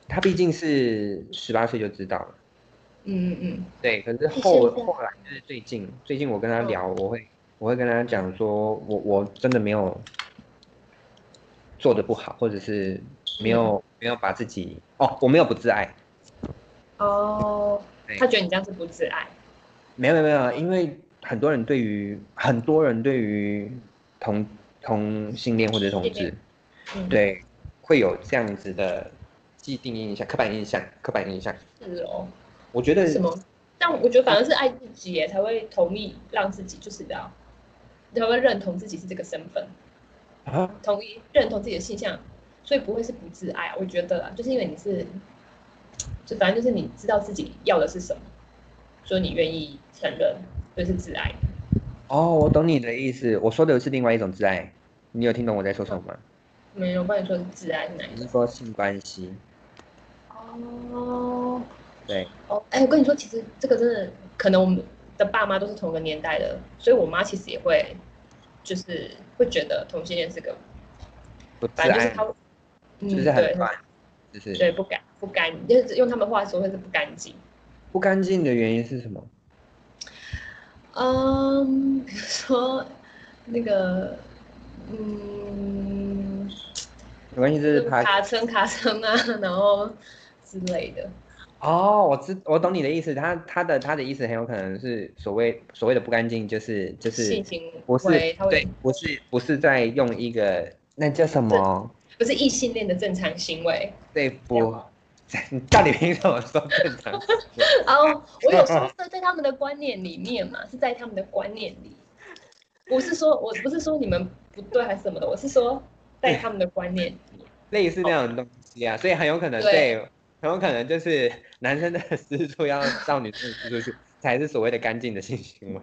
[SPEAKER 2] 她毕竟是十八岁就知道了。
[SPEAKER 1] 嗯嗯嗯，
[SPEAKER 2] 对，可是
[SPEAKER 1] 是
[SPEAKER 2] 后
[SPEAKER 1] 现在
[SPEAKER 2] 后来就是最近，最近我跟她
[SPEAKER 1] 嗯
[SPEAKER 2] 聊，我会我会跟她讲说，我我真的没有做的不好，或者是没有、
[SPEAKER 1] 嗯
[SPEAKER 2] 没有把自己哦，我没有不自爱，
[SPEAKER 1] 哦，
[SPEAKER 2] 对
[SPEAKER 1] 他觉得你这样是不自爱，
[SPEAKER 2] 没有没有没有，因为很多人对于很多人对于同同性恋或者同
[SPEAKER 1] 性
[SPEAKER 2] 志
[SPEAKER 1] 恋，嗯，，
[SPEAKER 2] 对，会有这样子的既定印象、刻板印象、刻板印象。
[SPEAKER 1] 是哦，
[SPEAKER 2] 我觉得
[SPEAKER 1] 什么？但我觉得反而是爱自己耶，才会同意让自己就是的，才会认同自己是这个身份，
[SPEAKER 2] 啊，
[SPEAKER 1] 同意认同自己的性向，所以不会是不自爱啊。我觉得啦，就是因为你是，就反正就是你知道自己要的是什么，所以你愿意承认，就是自爱。
[SPEAKER 2] 哦，我懂你的意思。我说的是另外一种自爱，你有听懂我在说什么吗？
[SPEAKER 1] 没有，我帮你说是自爱是哪一
[SPEAKER 2] 你是
[SPEAKER 1] 种？
[SPEAKER 2] 说性关系？
[SPEAKER 1] 哦，
[SPEAKER 2] 对，
[SPEAKER 1] 哦，哎，我跟你说，其实这个真的，可能我们的爸妈都是同个年代的，所以我妈其实也会，就是会觉得同性恋是个，
[SPEAKER 2] 不自
[SPEAKER 1] 反正就是
[SPEAKER 2] 爱
[SPEAKER 1] 她，嗯，
[SPEAKER 2] 就是很
[SPEAKER 1] 对
[SPEAKER 2] 乱，就是
[SPEAKER 1] 对，不干不干，就是用他们话说会是不干净。
[SPEAKER 2] 不干净的原因是什么？
[SPEAKER 1] 嗯，比如说那个，嗯，
[SPEAKER 2] 没关系，这是他
[SPEAKER 1] 卡层卡层啊，然后之类的。
[SPEAKER 2] 哦，我知我懂你的意思。他他的他的意思很有可能是所谓所谓的不干净，就是就是
[SPEAKER 1] 性行
[SPEAKER 2] 不是
[SPEAKER 1] 为，他
[SPEAKER 2] 对
[SPEAKER 1] 会，
[SPEAKER 2] 不是不是在用一个那叫什么？
[SPEAKER 1] 不是异性恋的正常行为。
[SPEAKER 2] 对不？你 到底凭什么说正常？
[SPEAKER 1] 哦，我有说在在他们的观念里面嘛，是在他们的观念里，我是说我不是说你们不对还是什么的，我是说在他们的观念里面。
[SPEAKER 2] 类似那种东西啊，所以很有可能
[SPEAKER 1] 哦对
[SPEAKER 2] 对，很有可能就是男生的私处要到女生的私处去， 才是所谓的干净的性行为。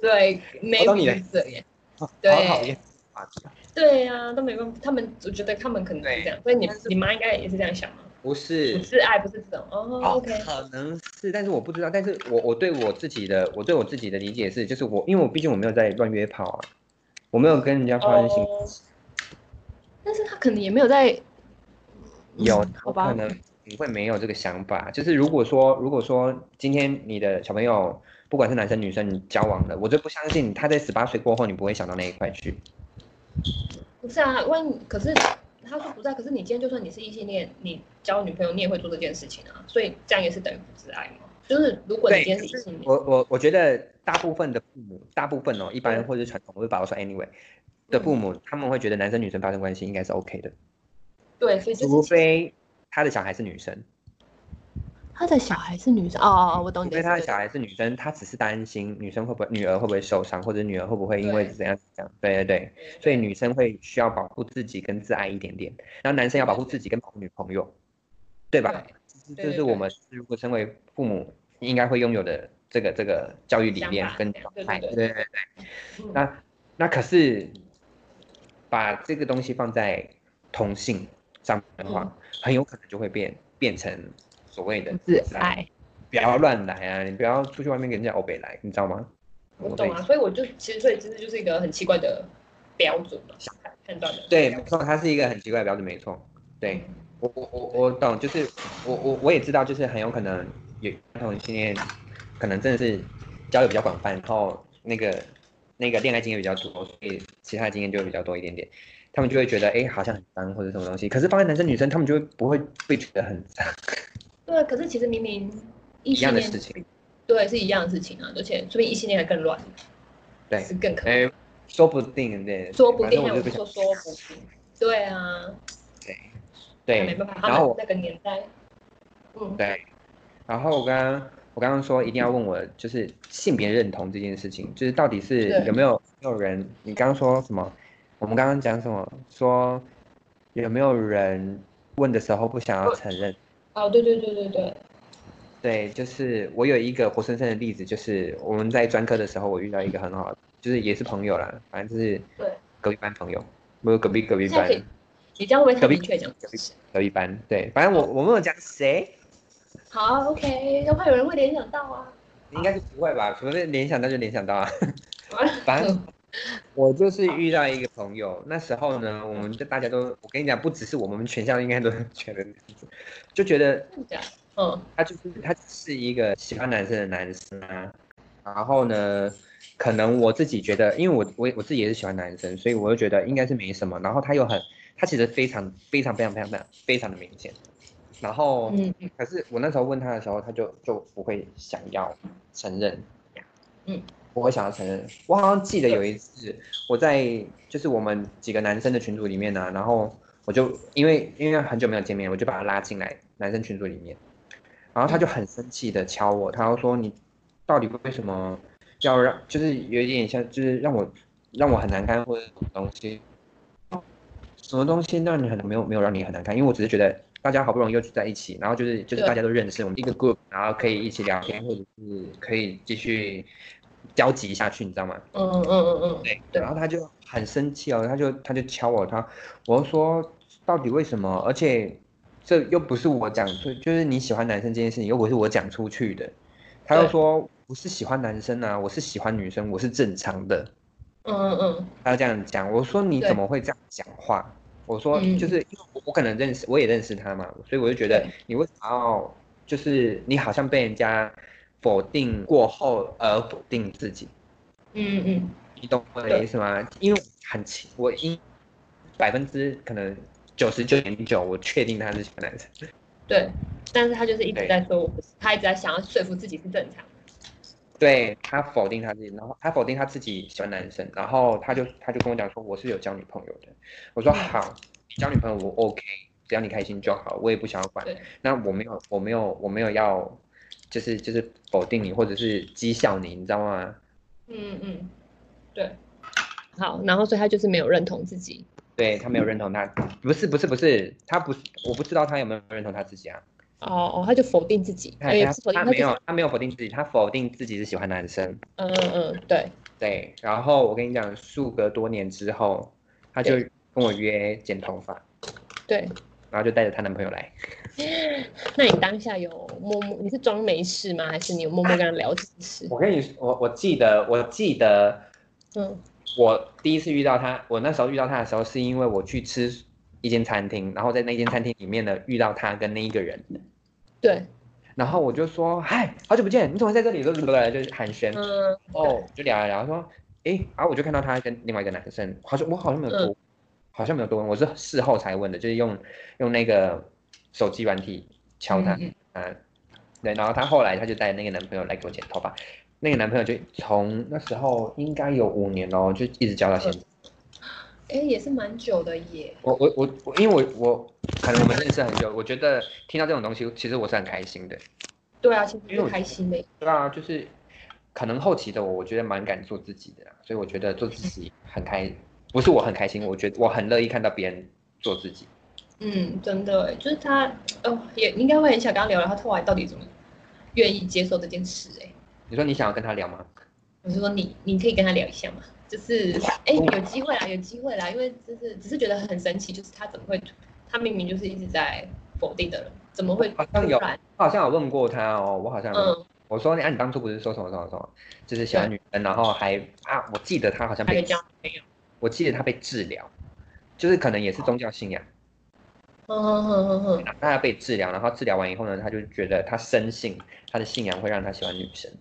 [SPEAKER 1] 对，没
[SPEAKER 2] 我哦懂你的
[SPEAKER 1] 是这样。
[SPEAKER 2] 好讨
[SPEAKER 1] 对
[SPEAKER 2] 厌啊！
[SPEAKER 1] 对啊，都没办法，他们我觉得他们可能
[SPEAKER 2] 对
[SPEAKER 1] 是这样，所以你
[SPEAKER 2] 但是
[SPEAKER 1] 你妈应该也是这样想嘛。
[SPEAKER 2] 不
[SPEAKER 1] 不
[SPEAKER 2] 是，
[SPEAKER 1] 是爱，不是这种哦。
[SPEAKER 2] 哦，
[SPEAKER 1] 嗯 OK，
[SPEAKER 2] 可能是，但是我不知道。但是我我对我自己的，我对我自己的理解是，就是我，因为我毕竟我没有在乱约炮啊，我没有跟人家发生性，
[SPEAKER 1] 哦，但是他可能也没有在
[SPEAKER 2] 有
[SPEAKER 1] 嗯好
[SPEAKER 2] 我
[SPEAKER 1] 吧
[SPEAKER 2] 可能你会没有这个想法。就是如果说，如果说今天你的小朋友，不管是男生女生，你交往了，我就不相信他在十八岁过后，你不会想到那一块去。
[SPEAKER 1] 不是啊，万一可是他说不在，可是你今天就算你是异性恋，你交女朋友你也会做这件事情啊，所以这样也是等于不自爱嘛。就是如果你今天是异性恋，
[SPEAKER 2] 我我我觉得大部分的父母，大部分哦，一般或者是传统，我会把我说 anyway 的父母，他们会觉得男生女生发生关系应该是 OK 的，
[SPEAKER 1] 对，所以就是
[SPEAKER 2] 除非他的小孩是女生。
[SPEAKER 1] 他的小孩是女生，哦哦哦，我懂
[SPEAKER 2] 因为他的小孩是女生，他只是担心女生会不会女儿会不会受伤，或者女儿会不会因为
[SPEAKER 1] 对
[SPEAKER 2] 怎样怎样。对对对，所以女生会需要保护自己跟自爱一点点，然后男生要保护自己跟保护女朋友，对吧？这
[SPEAKER 1] 对
[SPEAKER 2] 这
[SPEAKER 1] 对
[SPEAKER 2] 是我
[SPEAKER 1] 对
[SPEAKER 2] 们如果身为父母应该会拥有的这个这个教育理
[SPEAKER 1] 想
[SPEAKER 2] 念
[SPEAKER 1] 法
[SPEAKER 2] 跟
[SPEAKER 1] 这样
[SPEAKER 2] 状
[SPEAKER 1] 对
[SPEAKER 2] 态。
[SPEAKER 1] 对
[SPEAKER 2] 对
[SPEAKER 1] 对
[SPEAKER 2] 对对。
[SPEAKER 1] 嗯
[SPEAKER 2] 那那可是把这个东西放在同性上面的话，
[SPEAKER 1] 嗯
[SPEAKER 2] 很有可能就会变变成所谓的
[SPEAKER 1] 不自爱，
[SPEAKER 2] 不要乱来啊！你不要出去外面跟人家欧北来，你知道吗？
[SPEAKER 1] 我懂啊，所以我就其实所以这就是一个很奇怪的标准嘛，判断的
[SPEAKER 2] 对，
[SPEAKER 1] 标
[SPEAKER 2] 没
[SPEAKER 1] 准
[SPEAKER 2] 错，它是一个很奇怪的标准，没错。对
[SPEAKER 1] 嗯
[SPEAKER 2] 我我我我懂，就是我我我也知道，就是很有可能有同性恋，可能真的是交友比较广泛，然后那个那个恋爱经验比较多，所以其他的经验就会比较多一点点。他们就会觉得，哎、好像很脏或者什么东西。可是放在男生女生，他们就会不会被觉得很脏。
[SPEAKER 1] 对，啊可是其实明明异
[SPEAKER 2] 一样
[SPEAKER 1] 性
[SPEAKER 2] 的
[SPEAKER 1] 恋
[SPEAKER 2] 事情，
[SPEAKER 1] 对，是一样的事情啊，而且说明异性恋还更乱，
[SPEAKER 2] 对
[SPEAKER 1] 是更可怕，
[SPEAKER 2] 哎、说不定对，
[SPEAKER 1] 说不定
[SPEAKER 2] 反
[SPEAKER 1] 啊，我
[SPEAKER 2] 正我就
[SPEAKER 1] 就
[SPEAKER 2] 不想
[SPEAKER 1] 说说不定，对啊，
[SPEAKER 2] 对，
[SPEAKER 1] 没
[SPEAKER 2] 对
[SPEAKER 1] 办法，
[SPEAKER 2] 然
[SPEAKER 1] 他们
[SPEAKER 2] 后我
[SPEAKER 1] 那个年代，嗯，
[SPEAKER 2] 对。然后我刚刚我刚刚说一定要问我，就是性别认同这件事情，就是到底是
[SPEAKER 1] 对
[SPEAKER 2] 有没有有没有人？你刚刚说什么？我们刚刚讲什么？说有没有人问的时候不想要承认？
[SPEAKER 1] 哦，对对对对对，
[SPEAKER 2] 对，就是我有一个活生生的例子，就是我们在专科的时候，我遇到一个很好的，就是也是朋友啦，反正就是
[SPEAKER 1] 对
[SPEAKER 2] 隔壁班朋友，没有隔壁隔壁
[SPEAKER 1] 现在
[SPEAKER 2] 班
[SPEAKER 1] 可以你这样会不会太
[SPEAKER 2] 隔壁
[SPEAKER 1] 明确讲这件事？
[SPEAKER 2] 隔壁班，对，反正我我没有讲谁，
[SPEAKER 1] 好，OK，要怕有人会联想到啊。
[SPEAKER 2] 应该是不会吧？除非联想到就联想 到啊。反正
[SPEAKER 1] 嗯
[SPEAKER 2] 我就是遇到一个朋友，那时候呢，我们就大家都，我跟你讲，不只是我们，我们全校应该都觉得，就觉得
[SPEAKER 1] 嗯，
[SPEAKER 2] 他就是他就是一个喜欢男生的男生啊。然后呢，可能我自己觉得，因为我我我自己也是喜欢男生，所以我就觉得应该是没什么。然后他又很，他其实非常非常非常非常非常非常的明显。然后，
[SPEAKER 1] 嗯
[SPEAKER 2] 可是我那时候问他的时候，他就就不会想要承认，
[SPEAKER 1] 嗯，
[SPEAKER 2] 不会想要承认。我好像记得有一次我在就是我们几个男生的群组里面呢、然后我就因为因为很久没有见面，我就把他拉进来男生群组里面，然后他就
[SPEAKER 1] 嗯
[SPEAKER 2] 很生气的敲我，他就说你到底为什么要让，就是有一点像就是让我让我很难堪或者什么东西。什么东西让你很没有没有让你很难看？因为我只是觉得大家好不容易又聚在一起，然后就是就是
[SPEAKER 1] 对
[SPEAKER 2] 大家都认识我们一个 group，然后可以一起聊天，或者是可以继续交集下去，你知道吗？
[SPEAKER 1] 嗯嗯嗯嗯，
[SPEAKER 2] 对，
[SPEAKER 1] 对
[SPEAKER 2] 然后他就很生气哦，他就他就敲我，他我就说到底为什么？而且这又不是我讲出，就是你喜欢男生这件事情又不是我讲出去的，他又
[SPEAKER 1] 对
[SPEAKER 2] 说不是喜欢男生啊，我是喜欢女生，我是正常的。
[SPEAKER 1] 嗯嗯嗯，
[SPEAKER 2] 他就这样讲，我说你
[SPEAKER 1] 对
[SPEAKER 2] 怎么会这样讲话？我说
[SPEAKER 1] 嗯
[SPEAKER 2] 就是因为我我可能认识，我也认识他嘛，所以我就觉得
[SPEAKER 1] 对
[SPEAKER 2] 你为什么要就是你好像被人家否定过后而否定自己，
[SPEAKER 1] 嗯嗯
[SPEAKER 2] 你懂我的
[SPEAKER 1] 对
[SPEAKER 2] 意思吗？因为我很清，我因百分之可能九十九点九，我确定他是小男生。
[SPEAKER 1] 对，但是他就是一直
[SPEAKER 2] 对
[SPEAKER 1] 在说我不是，他一直在想要说服自己是正常的。
[SPEAKER 2] 对他否定他自己，然后他否定他自己喜欢男生，然后他就他就跟我讲说我是有交女朋友的，我说
[SPEAKER 1] 嗯
[SPEAKER 2] 好，你交女朋友我 OK，只要你开心就好，我也不想要管
[SPEAKER 1] 对。
[SPEAKER 2] 那我没有我没有我没有要，就是就是否定你或者是讥笑你，你知道吗？
[SPEAKER 1] 嗯嗯，对。好，然后所以他就是没有认同自己。
[SPEAKER 2] 对他没有认同他，不是不是不是，他不是我不知道他有没有认同他自己啊，
[SPEAKER 1] 哦哦，他就否定自己，
[SPEAKER 2] 他
[SPEAKER 1] 哎也
[SPEAKER 2] 他
[SPEAKER 1] 不是否定，
[SPEAKER 2] 他
[SPEAKER 1] 他
[SPEAKER 2] 没
[SPEAKER 1] 就是
[SPEAKER 2] 有他没有否定自己，他否定自己是喜欢男生。
[SPEAKER 1] 嗯嗯嗯，对，
[SPEAKER 2] 对，然后我跟你讲，事隔多年之后，她就
[SPEAKER 1] 对
[SPEAKER 2] 跟我约剪头发，
[SPEAKER 1] 对，
[SPEAKER 2] 然后就带着她男朋友来。
[SPEAKER 1] 那你当下有默默，你是装没事吗？还是你有默默跟他聊这件事？
[SPEAKER 2] 我跟你说，我我记得，我记得
[SPEAKER 1] 嗯
[SPEAKER 2] 我第一次遇到她，我那时候遇到她的时候，是因为我去吃一间餐厅，然后在那间餐厅里面呢遇到她跟那一个人，，
[SPEAKER 1] 对，
[SPEAKER 2] 然后我就说，嗨，好久不见，你怎么会在这里？就是寒暄，
[SPEAKER 1] 嗯，
[SPEAKER 2] 哦，就聊一聊，说，诶，然后我就看到他跟另外一个男生，好像我好像没有多，好像没有多问，我是事后才问的，就是用用那个手机软体敲他，
[SPEAKER 1] 嗯
[SPEAKER 2] 啊，对，然后他后来他就带那个男朋友来给我剪头发，那个男朋友就从那时候应该有五年哦，就一直交到现在。
[SPEAKER 1] 哎，也是蛮久的耶。
[SPEAKER 2] 我我我我，因为我我可能我们认识很久，我觉得听到这种东西，其实我是很开心的。
[SPEAKER 1] 对啊，其实
[SPEAKER 2] 因为
[SPEAKER 1] 是
[SPEAKER 2] 我
[SPEAKER 1] 开心的耶。
[SPEAKER 2] 对啊，就是可能后期的我，我觉得蛮敢做自己的啦，所以我觉得做自己很开，不是我很开心，我觉得我很乐意看到别人做自己。
[SPEAKER 1] 嗯，真的耶，就是他，哦，也应该会很想跟他聊聊，他后来到底怎么愿意接受这件事？哎，
[SPEAKER 2] 你说你想要跟他聊吗？
[SPEAKER 1] 我是说你，你可以跟他聊一下嘛，就是，哎，有机会啦，有机会啦，因为就是只是觉得很神奇，就是他怎么会，他明明就是一直在否定的人，怎么会
[SPEAKER 2] 好像有
[SPEAKER 1] 突然
[SPEAKER 2] 我好像有问过他哦，我好像有问
[SPEAKER 1] 嗯，
[SPEAKER 2] 我说你啊，你当初不是说什么什么什么，就是喜欢女生，然后还啊，我记得他好像
[SPEAKER 1] 他
[SPEAKER 2] 被
[SPEAKER 1] 就，交朋友，
[SPEAKER 2] 我记得他被治疗，就是可能也是宗教信仰，
[SPEAKER 1] 嗯嗯嗯嗯嗯，
[SPEAKER 2] 那他被治疗，然后治疗完以后呢，他就觉得他深信他的信仰会让他喜欢女生。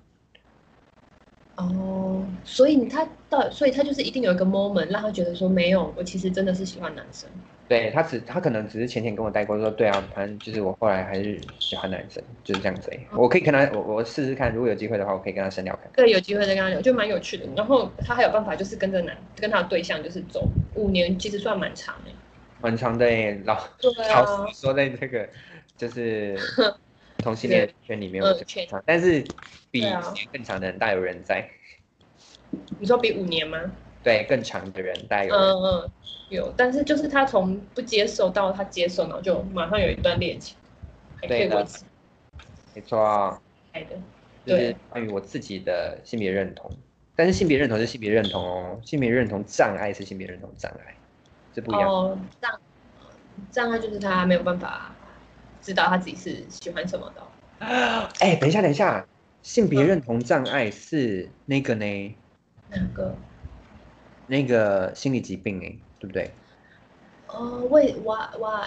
[SPEAKER 1] 哦，所以他到，所以他就是一定有一个 moment 让他觉得说没有，我其实真的是喜欢男生。
[SPEAKER 2] 对他只他可能只是浅浅跟我带过说，对啊，反正就是我后来还是喜欢男生，就是这样子而已。我可以跟他，我我试试看，如果有机会的话，我可以跟他深聊看看。
[SPEAKER 1] 对，有机会再跟他聊，就蛮有趣的。然后他还有办法，就是跟着男跟他的对象就是走五年，其实算蛮长的。
[SPEAKER 2] 蛮常在老
[SPEAKER 1] 对
[SPEAKER 2] 老
[SPEAKER 1] 啊，
[SPEAKER 2] 实说，在这个就是 同性恋圈里面，
[SPEAKER 1] 嗯
[SPEAKER 2] 我是
[SPEAKER 1] 圈
[SPEAKER 2] 常，但是比
[SPEAKER 1] 对啊
[SPEAKER 2] 时间更长的人大有人在，
[SPEAKER 1] 你说比五年吗？
[SPEAKER 2] 对，更长的人大有人
[SPEAKER 1] 嗯嗯，有，但是就是他从不接受到他接受，然后就马上有一段恋情，还可以
[SPEAKER 2] 对啊的
[SPEAKER 1] 维持
[SPEAKER 2] 没错啊，
[SPEAKER 1] 开的。
[SPEAKER 2] 就是
[SPEAKER 1] 对
[SPEAKER 2] 关于我自己的性别认同，但是性别认同是性别认同哦，性别认同障碍是性别认同障碍，这不一样。
[SPEAKER 1] 哦，障障碍就是他没有办法知道他自己是喜欢什么的哦。嗯
[SPEAKER 2] 哎、等一下，等一下，性别认同障碍是那个呢，
[SPEAKER 1] 哪个？
[SPEAKER 2] 那个心理疾病哎、对不对？
[SPEAKER 1] 哦，为 why why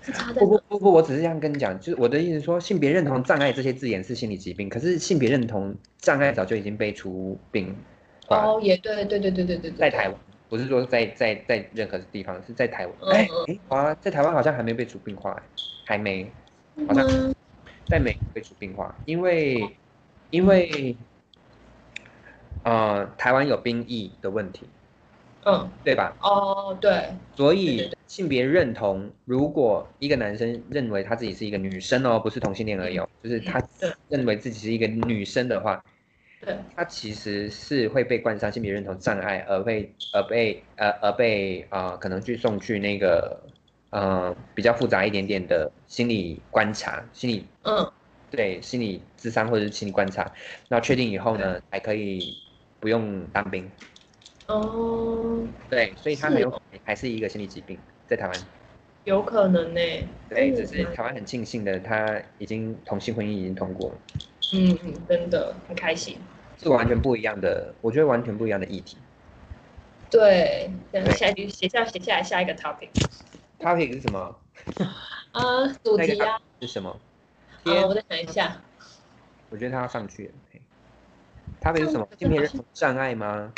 [SPEAKER 1] 是差在
[SPEAKER 2] 不不
[SPEAKER 1] 哪？
[SPEAKER 2] 不不，我只是这样跟你讲，就是我的意思是说，性别认同障碍这些字眼是心理疾病，可是性别认同障碍早就已经被出病化了，
[SPEAKER 1] 哦，也对对对对对对对，
[SPEAKER 2] 在台湾，不是说在在在任何地方，是在台湾。
[SPEAKER 1] 嗯
[SPEAKER 2] 哎、
[SPEAKER 1] 嗯
[SPEAKER 2] 哎，好啊，在台湾好像还没被出病化、还没，
[SPEAKER 1] 湾
[SPEAKER 2] 好像在美国被出病化，因为因为呃，台湾有兵役的问题，
[SPEAKER 1] 嗯，
[SPEAKER 2] 对吧？
[SPEAKER 1] 哦，对，
[SPEAKER 2] 所
[SPEAKER 1] 对
[SPEAKER 2] 以性别认同，如果一个男生认为他自己是一个女生哦，不是同性恋而已哦，就是他
[SPEAKER 1] 对
[SPEAKER 2] 认为自己是一个女生的话，
[SPEAKER 1] 对，
[SPEAKER 2] 他其实是会被冠上性别认同障碍，而被而被呃而被啊、呃可能去送去那个呃比较复杂一点点的心理观察、心理
[SPEAKER 1] 嗯，
[SPEAKER 2] 对心理智商或者是心理观察，那确定以后呢，还可以不用当兵。
[SPEAKER 1] 哦，
[SPEAKER 2] 对，所以他
[SPEAKER 1] 是
[SPEAKER 2] 很有
[SPEAKER 1] 哦
[SPEAKER 2] 可能还是一个心理疾病，在台湾。
[SPEAKER 1] 有可能呢。
[SPEAKER 2] 对，
[SPEAKER 1] 嗯
[SPEAKER 2] 只是台湾很庆幸的，他已经同性婚姻已经通过了，
[SPEAKER 1] 嗯嗯，真的很开心。
[SPEAKER 2] 是完全不一样的，我觉得完全不一样的议题。
[SPEAKER 1] 对，这样
[SPEAKER 2] 对
[SPEAKER 1] 下一句写下写下来下一个 topic
[SPEAKER 2] topic 是什么？
[SPEAKER 1] 啊，主
[SPEAKER 2] 那个
[SPEAKER 1] 题啊，
[SPEAKER 2] 是什么？
[SPEAKER 1] 啊，
[SPEAKER 2] 天，
[SPEAKER 1] 我再想一下，
[SPEAKER 2] 我觉得他要上去了。嘿 topic 是什
[SPEAKER 1] 上？
[SPEAKER 2] 么
[SPEAKER 1] 去
[SPEAKER 2] 性别认
[SPEAKER 1] 上
[SPEAKER 2] 同障碍吗？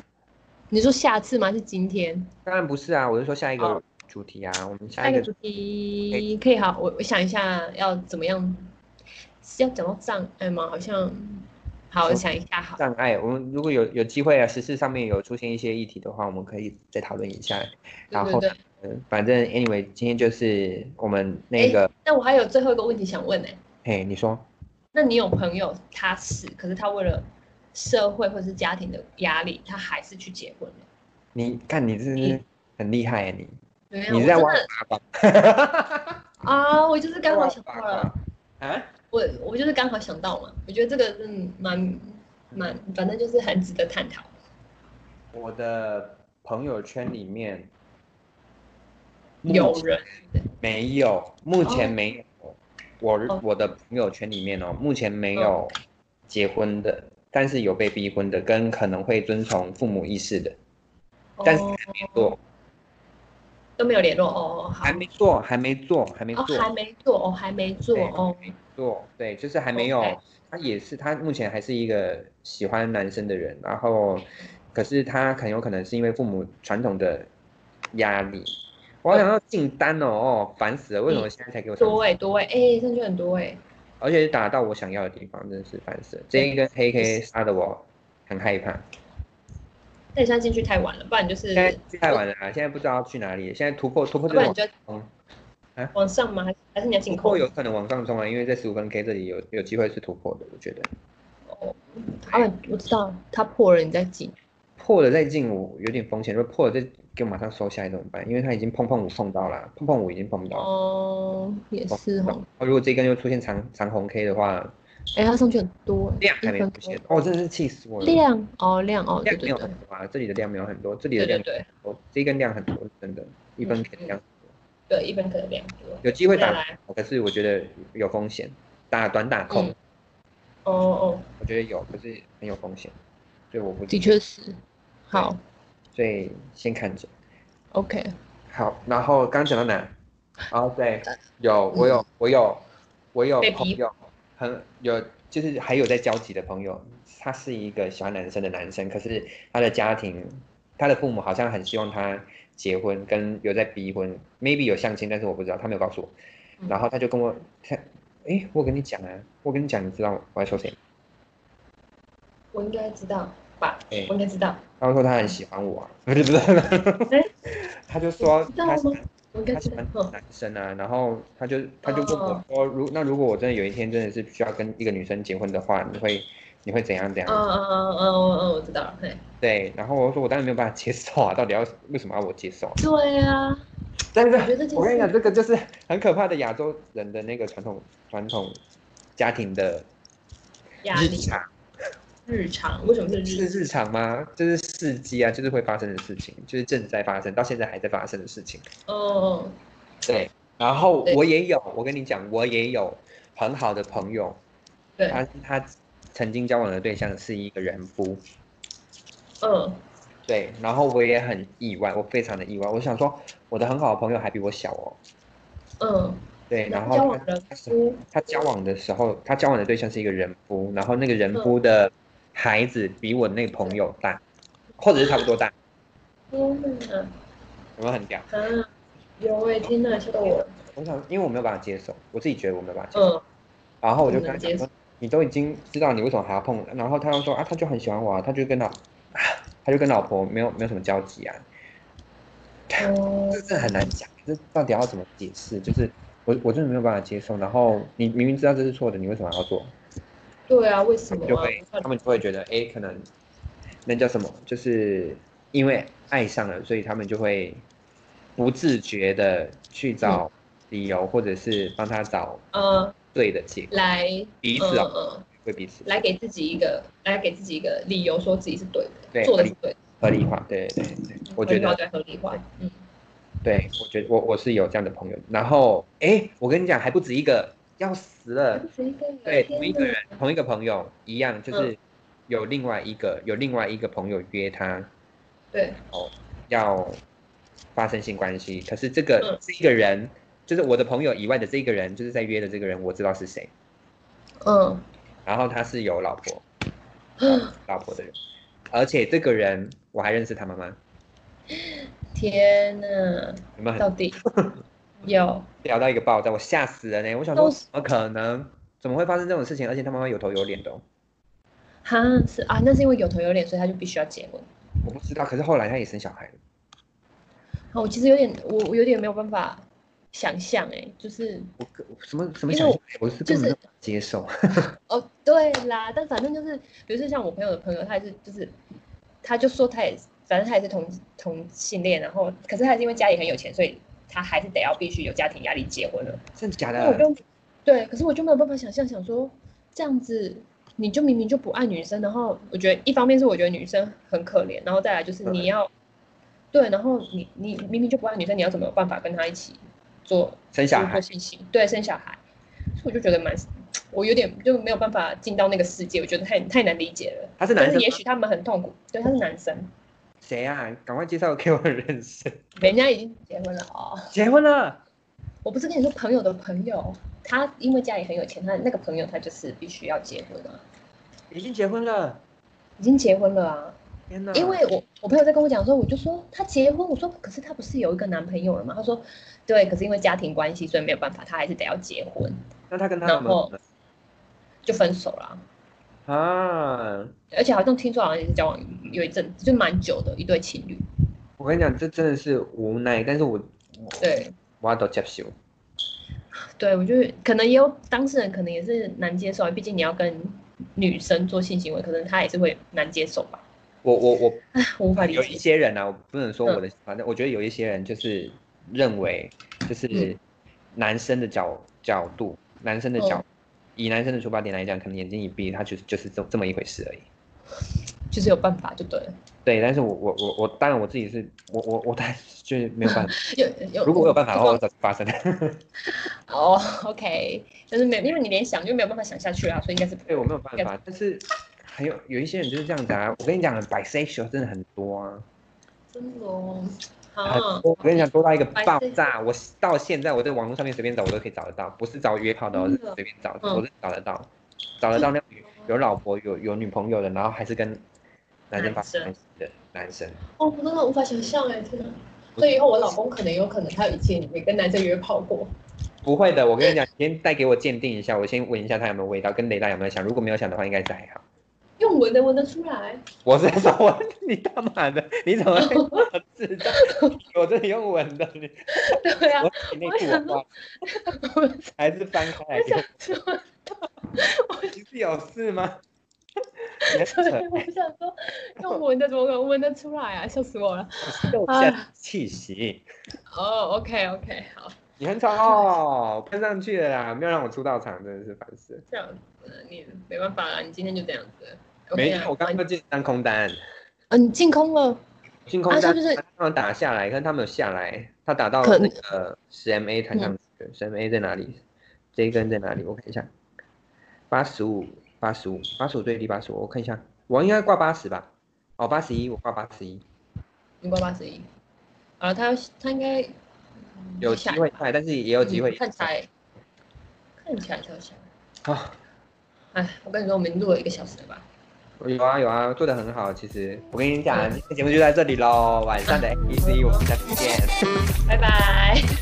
[SPEAKER 1] 你说下次吗？是今天？
[SPEAKER 2] 当然不是啊，我是说下一个
[SPEAKER 1] 哦
[SPEAKER 2] 主题啊，我们
[SPEAKER 1] 下
[SPEAKER 2] 下
[SPEAKER 1] 一
[SPEAKER 2] 一
[SPEAKER 1] 个
[SPEAKER 2] 个哎
[SPEAKER 1] 主题可以好，我我想一下要怎么样，是要讲到障碍吗？好像，好，我想一下好，
[SPEAKER 2] 障碍，我们如果有有机会啊，时事上面有出现一些议题的话，我们可以再讨论一下。
[SPEAKER 1] 对
[SPEAKER 2] 然
[SPEAKER 1] 对
[SPEAKER 2] 后，
[SPEAKER 1] 对。
[SPEAKER 2] 嗯，反正 anyway，今天就是我们那个，
[SPEAKER 1] 那我还有最后一个问题想问呢、欸
[SPEAKER 2] 嘿，你说，
[SPEAKER 1] 那你有朋友他是，可是他为了社会或是家庭的压力，他还是去结婚了？
[SPEAKER 2] 你看你真是很厉害、啊、你，
[SPEAKER 1] 没有，
[SPEAKER 2] 你
[SPEAKER 1] 我
[SPEAKER 2] 是
[SPEAKER 1] 真
[SPEAKER 2] 在挖
[SPEAKER 1] 的
[SPEAKER 2] 八卦，
[SPEAKER 1] 啊，我就是刚好想到
[SPEAKER 2] 挖
[SPEAKER 1] 了
[SPEAKER 2] 八，卦啊？
[SPEAKER 1] 我我就是刚好想到嘛，我觉得这个嗯蛮蛮，反正就是很值得探讨。
[SPEAKER 2] 我的朋友圈里面目
[SPEAKER 1] 有
[SPEAKER 2] 前
[SPEAKER 1] 人
[SPEAKER 2] 没有，目前
[SPEAKER 1] 哦
[SPEAKER 2] 没有。我
[SPEAKER 1] 哦
[SPEAKER 2] 我的朋友圈里面哦，目前没有结婚的，但是有被逼婚的，跟可能会遵从父母意识的，但是
[SPEAKER 1] 哦
[SPEAKER 2] 做
[SPEAKER 1] 都没有联络哦，好
[SPEAKER 2] 还。没做，还没做，还没
[SPEAKER 1] 哦，
[SPEAKER 2] 做，
[SPEAKER 1] 还没做哦，还没做
[SPEAKER 2] 对
[SPEAKER 1] 哦，
[SPEAKER 2] 还没做，对，就是还没有
[SPEAKER 1] OK。
[SPEAKER 2] 他也是，他目前还是一个喜欢男生的人，然后，可是他很有可能是因为父母传统的压力。我好想要进单哦，哦，烦死了！为什么现在才给我上
[SPEAKER 1] 多哎多哎，哎、上去很多哎、
[SPEAKER 2] 而且打到我想要的地方，真是烦死了。这一根黑 K 杀的我很害怕。
[SPEAKER 1] 那你现在进去太晚了，不然你就是
[SPEAKER 2] 现，在去太晚了、啊，现在不知道要去哪里。现在突破突破
[SPEAKER 1] 不
[SPEAKER 2] 就是
[SPEAKER 1] 然你
[SPEAKER 2] 往
[SPEAKER 1] 就
[SPEAKER 2] 嗯啊
[SPEAKER 1] 往上吗？还是还是你要进
[SPEAKER 2] 突
[SPEAKER 1] 口
[SPEAKER 2] 破？有可能往上冲啊，因为在十五分 K 这里有有机会是突破的，我觉得
[SPEAKER 1] 哦，啊，我知道，他破了你再进。
[SPEAKER 2] 破了再进我有点风险，如果破了再给我马上收下来怎么办？因为它已经碰碰五碰到了，碰碰五已经碰不到了。
[SPEAKER 1] 哦，也是哦，
[SPEAKER 2] 哦如果这根又出现长长红 K 的话，
[SPEAKER 1] 哎、他上去很多、哎
[SPEAKER 2] 量还没
[SPEAKER 1] 一分
[SPEAKER 2] 出现，哦，真的是气死我了。
[SPEAKER 1] 量哦量哦，对
[SPEAKER 2] 量没
[SPEAKER 1] 对
[SPEAKER 2] 有
[SPEAKER 1] 对
[SPEAKER 2] 很多啊，这里的量没有很多，这里的
[SPEAKER 1] 对
[SPEAKER 2] 量
[SPEAKER 1] 对
[SPEAKER 2] 很多，
[SPEAKER 1] 对
[SPEAKER 2] 这一根量很多，真的，一分 K 的量很多。
[SPEAKER 1] 对，一分可能量很多。
[SPEAKER 2] 有机会
[SPEAKER 1] 再
[SPEAKER 2] 打，
[SPEAKER 1] 来，
[SPEAKER 2] 哦可是我觉得有风险，打短打控，
[SPEAKER 1] 嗯哦哦，
[SPEAKER 2] 我觉得有，可是很有风险，所以我不
[SPEAKER 1] 的，确是。好
[SPEAKER 2] 所以先看着。
[SPEAKER 1] ，OK，
[SPEAKER 2] 好，然后刚讲到哪？哦，对，有我有我有我
[SPEAKER 1] 嗯
[SPEAKER 2] 有
[SPEAKER 1] 被
[SPEAKER 2] 朋
[SPEAKER 1] 逼
[SPEAKER 2] 友，很有就是还有在交集的朋友，他是一个喜欢男生的男生，可是他的家庭，他的父母好像很希望他结婚，跟有在逼婚，maybe 有相亲，但是我不知道，他没有告诉我。
[SPEAKER 1] 嗯
[SPEAKER 2] 然后他就跟我，他，诶，我跟你讲啊，我跟你讲，你知道我在说谁吗？
[SPEAKER 1] 我应该知道吧？
[SPEAKER 2] 哎
[SPEAKER 1] 我应该知道。
[SPEAKER 2] 他说他很喜欢我、啊，不是不是，他就说
[SPEAKER 1] 哎你知道
[SPEAKER 2] 他
[SPEAKER 1] 吗
[SPEAKER 2] 喜欢
[SPEAKER 1] 我应该
[SPEAKER 2] 他
[SPEAKER 1] 知
[SPEAKER 2] 喜
[SPEAKER 1] 道
[SPEAKER 2] 欢，
[SPEAKER 1] 嗯
[SPEAKER 2] 男生啊，然后他就他就问我
[SPEAKER 1] 哦
[SPEAKER 2] 说，如那如果我真的有一天真的是需要跟一个女生结婚的话，你会你会怎样怎
[SPEAKER 1] 嗯
[SPEAKER 2] 样？
[SPEAKER 1] 嗯嗯嗯嗯嗯，我知道了，嘿，
[SPEAKER 2] 对，然后我说我当然没有办法接受啊，到底要为什么要我接 受啊？
[SPEAKER 1] 对啊，
[SPEAKER 2] 但
[SPEAKER 1] 我
[SPEAKER 2] 是
[SPEAKER 1] 觉得这
[SPEAKER 2] 我跟你
[SPEAKER 1] 件
[SPEAKER 2] 讲，
[SPEAKER 1] 事，
[SPEAKER 2] 这个就是很可怕的亚洲人的那个传统传统家庭的
[SPEAKER 1] 压
[SPEAKER 2] 日
[SPEAKER 1] 力嗯
[SPEAKER 2] 常，
[SPEAKER 1] 日常为什么是
[SPEAKER 2] 是
[SPEAKER 1] 日？
[SPEAKER 2] 日常吗？就是事迹啊，就是会发生的事情，就是正在发生，到现在还在发生的事情。
[SPEAKER 1] 哦，
[SPEAKER 2] 对，然后
[SPEAKER 1] 对
[SPEAKER 2] 我也有，我跟你讲，我也有很好的朋友，
[SPEAKER 1] 哦对，
[SPEAKER 2] 他他曾经交往的对象是一个人夫，
[SPEAKER 1] 嗯，
[SPEAKER 2] 对，然后我也很意外，我非常的意外，我想说我的很好的朋友还比我小哦，
[SPEAKER 1] 嗯，
[SPEAKER 2] 对，然
[SPEAKER 1] 那
[SPEAKER 2] 后
[SPEAKER 1] 交
[SPEAKER 2] 他
[SPEAKER 1] 往人
[SPEAKER 2] 他是
[SPEAKER 1] 夫，
[SPEAKER 2] 他交往的时候，他交往的对象是一个人夫，然后那个人
[SPEAKER 1] 嗯
[SPEAKER 2] 夫的孩子比我那个朋友大，或者是差不多大，
[SPEAKER 1] 天哪，
[SPEAKER 2] 有没有很屌？
[SPEAKER 1] 啊，有哎，天哪，吓到我了，
[SPEAKER 2] 我想，因为我没有办法接受，我自己觉得我没有办法接受，
[SPEAKER 1] 嗯，
[SPEAKER 2] 然后我就
[SPEAKER 1] 不
[SPEAKER 2] 跟
[SPEAKER 1] 能
[SPEAKER 2] 他讲
[SPEAKER 1] 接
[SPEAKER 2] 说，你都已经知道你为什么还要碰，然后他又说啊，他就很喜欢我啊，他就跟老，啊他就跟老婆没有没有什么交集啊，
[SPEAKER 1] 哦
[SPEAKER 2] 这，真的很难讲，这到底要怎么解释？就是我我真的没有办法接受，然后你明明知道这是错的，你为什么还要做？
[SPEAKER 1] 对啊，为什
[SPEAKER 2] 他
[SPEAKER 1] 么
[SPEAKER 2] 们就
[SPEAKER 1] 啊
[SPEAKER 2] 会？他们就会觉得，哎、可能那叫什么，就是因为爱上了，所以他们就会不自觉的去找理由，或者是帮他找
[SPEAKER 1] 呃，
[SPEAKER 2] 对的解，
[SPEAKER 1] 来，
[SPEAKER 2] 彼
[SPEAKER 1] 嗯
[SPEAKER 2] 此哦，
[SPEAKER 1] 嗯，
[SPEAKER 2] 为彼此
[SPEAKER 1] 来给自己一个，来给自己一个理由，说自己是对的，
[SPEAKER 2] 对
[SPEAKER 1] 做的
[SPEAKER 2] 合
[SPEAKER 1] 是
[SPEAKER 2] 理
[SPEAKER 1] 对的，
[SPEAKER 2] 合理化，对对对，我觉
[SPEAKER 1] 合理
[SPEAKER 2] 得
[SPEAKER 1] 化对合理化，嗯，
[SPEAKER 2] 对，我觉得我我是有这样的朋友，然后哎、我跟你讲，还不止一个，要死了。
[SPEAKER 1] 不止一个人
[SPEAKER 2] 呃对，
[SPEAKER 1] 天
[SPEAKER 2] 同一个
[SPEAKER 1] 哪
[SPEAKER 2] 人，同一个朋友一样，
[SPEAKER 1] 嗯
[SPEAKER 2] 就是有另外一个、有另外一个朋友约他
[SPEAKER 1] 对，
[SPEAKER 2] 要发生性关系，可是这个、
[SPEAKER 1] 嗯
[SPEAKER 2] 这个人就是我的朋友以外的这个人，就是在约的这个人，我知道是谁，
[SPEAKER 1] 嗯，
[SPEAKER 2] 然后他是有老婆，老婆的人，而且这个人我还认识他妈妈，
[SPEAKER 1] 天哪，
[SPEAKER 2] 有没有
[SPEAKER 1] 到
[SPEAKER 2] 很
[SPEAKER 1] 底有
[SPEAKER 2] 聊到一个爆炸？我吓死了呢！我想说
[SPEAKER 1] 都是
[SPEAKER 2] 怎么可能？怎么会发生这种事情？而且他妈妈有头有脸的哦、
[SPEAKER 1] 哈是啊，那是因为有头有脸，所以他就必须要结婚。
[SPEAKER 2] 我不知道。可是后来他也生小孩了，
[SPEAKER 1] 啊，我其实有点，我我有点没有办法想象，哎，就是
[SPEAKER 2] 我个什么什么
[SPEAKER 1] 因为
[SPEAKER 2] 想
[SPEAKER 1] 我
[SPEAKER 2] 法，我是
[SPEAKER 1] 就
[SPEAKER 2] 根本
[SPEAKER 1] 是
[SPEAKER 2] 没有办法接受。
[SPEAKER 1] 哦，对啦，但反正就是，比如说像我朋友的朋友，他也是，就是，他就说他也是，反正他也是同同性恋，然后可是他是因为家里很有钱，所以他还是得要必须有家庭压力结婚了。
[SPEAKER 2] 真的假
[SPEAKER 1] 那我
[SPEAKER 2] 的？
[SPEAKER 1] 就对，可是我就没有办法想象，想说这样子，你就明明就不爱女生，然后我觉得一方面是我觉得女生很可怜，然后再来就是
[SPEAKER 2] 对
[SPEAKER 1] 你要对，然后你你明明就不爱女生，你要怎么有办法跟她一起做
[SPEAKER 2] 生小
[SPEAKER 1] 做
[SPEAKER 2] 孩，
[SPEAKER 1] 性行对生小孩，所以我就觉得蛮，我有点就没有办法进到那个世界，我觉得太太难理解了。
[SPEAKER 2] 他是
[SPEAKER 1] 但是
[SPEAKER 2] 男生
[SPEAKER 1] 也
[SPEAKER 2] 吗？
[SPEAKER 1] 许他们很痛苦，对，他是男生，
[SPEAKER 2] 谁啊？赶快介绍给我认识。
[SPEAKER 1] 人家已经结婚了哦。
[SPEAKER 2] 结婚了，
[SPEAKER 1] 我不是跟你说朋友的朋友，他因为家里很有钱，他那个朋友他就是必须要结婚啊。
[SPEAKER 2] 已经结婚了。
[SPEAKER 1] 已经结婚了啊。
[SPEAKER 2] 天哪！
[SPEAKER 1] 因为我我朋友在跟我讲的时候，我就说她结婚，我说可是她不是有一个男朋友了吗？她说对，可是因为家庭关系，所以没有办法，她还是得要结婚，
[SPEAKER 2] 那他跟他
[SPEAKER 1] 然
[SPEAKER 2] 怎么
[SPEAKER 1] 后就分手啦。
[SPEAKER 2] 啊？
[SPEAKER 1] 而且好像听说好像也是交往有一阵子，就蛮久的一对情侣。
[SPEAKER 2] 我跟你讲，这真的是无奈，但是我
[SPEAKER 1] 对，
[SPEAKER 2] 我都接受。
[SPEAKER 1] 对我觉得可能也有当事人可能也是难接受啊，毕竟你要跟女生做性行为，可能她也是会难接受吧。
[SPEAKER 2] 我我我
[SPEAKER 1] 唉，我无法理
[SPEAKER 2] 有一
[SPEAKER 1] 解。
[SPEAKER 2] 些人啊，我不能说
[SPEAKER 1] 嗯
[SPEAKER 2] 我的，反正我觉得有一些人就是认为，就是
[SPEAKER 1] 嗯
[SPEAKER 2] 男生的角角度，男生的角
[SPEAKER 1] 嗯，
[SPEAKER 2] 以男生的出发点来讲，可能眼睛一闭，他就就是这这么一回事而已。
[SPEAKER 1] 就是有办法就对了，
[SPEAKER 2] 对，但是我我我我，当然我自己是我我我，当然就是没 有办法。
[SPEAKER 1] 有有。
[SPEAKER 2] 如果我有办法的
[SPEAKER 1] 不
[SPEAKER 2] 话，
[SPEAKER 1] 过
[SPEAKER 2] 我早就发生了。
[SPEAKER 1] 哦，OK，就是没有，因为你连想就没有办法想下去啦，所以应该是不
[SPEAKER 2] 对我没有办 法，但是还有有一些人就是这样子啊。我跟你讲，bisexual 真的很多啊，
[SPEAKER 1] 真的哦，
[SPEAKER 2] 很
[SPEAKER 1] 啊，
[SPEAKER 2] 多。我跟你讲，多到一个爆
[SPEAKER 1] bisexual
[SPEAKER 2] 炸。我到现在我在网络上面随便找，我都可以找得到，不是找约炮的哦，
[SPEAKER 1] 真
[SPEAKER 2] 是
[SPEAKER 1] 的
[SPEAKER 2] 随便找，
[SPEAKER 1] 嗯
[SPEAKER 2] 我是找得到，找得到那种有有老婆、有有女朋友的，然后还是跟男生
[SPEAKER 1] 男
[SPEAKER 2] 发生
[SPEAKER 1] 生
[SPEAKER 2] 关系的男生。
[SPEAKER 1] 哦，我真的无法想象哎，天哪！所以以后我老公可能有可能他以前也跟男生约炮过，
[SPEAKER 2] 不会的，我跟你讲，你先带给我鉴定一下，我先闻一下它有没有味道，跟雷达有没有像。如果没有像的话，应该是还好。
[SPEAKER 1] 用闻的闻得出来。
[SPEAKER 2] 我是在说我，你干嘛的？你怎么会是的， 我这里用闻的， 你
[SPEAKER 1] 对啊，
[SPEAKER 2] 我洗内裤我挂， 还是翻开来
[SPEAKER 1] 我
[SPEAKER 2] 给
[SPEAKER 1] 想
[SPEAKER 2] 我？
[SPEAKER 1] 说，
[SPEAKER 2] 你是有事 吗？你在扯
[SPEAKER 1] 对，我想说，用闻的怎么可能闻得出来啊？笑死我了。
[SPEAKER 2] 豆下的气息，
[SPEAKER 1] 哦、o k OK，好，
[SPEAKER 2] 你很吵哦，喷上去了啦，没有让我出道场，真的是烦死了。
[SPEAKER 1] 这样子你没办法啦，你今天就这样子了。
[SPEAKER 2] 没
[SPEAKER 1] OK 啊
[SPEAKER 2] 有，我刚刚进当空单，
[SPEAKER 1] 啊，你进空了，
[SPEAKER 2] 进空
[SPEAKER 1] 啊
[SPEAKER 2] 单
[SPEAKER 1] 是不是
[SPEAKER 2] 他们打下来，看他们有下来，他打到
[SPEAKER 1] 可
[SPEAKER 2] 那个十 MA 弹上去，十 MA 在哪里？这一根在哪里？我看一下，八十五，八十五，八十五最低八十五，我看一下，我应该挂八十吧？哦，八十一，我挂八十一，
[SPEAKER 1] 你过八十一。啊，他他应该嗯
[SPEAKER 2] 有机
[SPEAKER 1] 下
[SPEAKER 2] 会派，但是也有机会
[SPEAKER 1] 嗯看起来，看起来就下。
[SPEAKER 2] 啊，
[SPEAKER 1] 哎，我跟你说，我们录了一个小时了吧？
[SPEAKER 2] 有啊有啊，做的很好，其实我跟你讲，今天节目就在这里喽，晚上的 AEC 我们下次见。
[SPEAKER 1] 拜拜。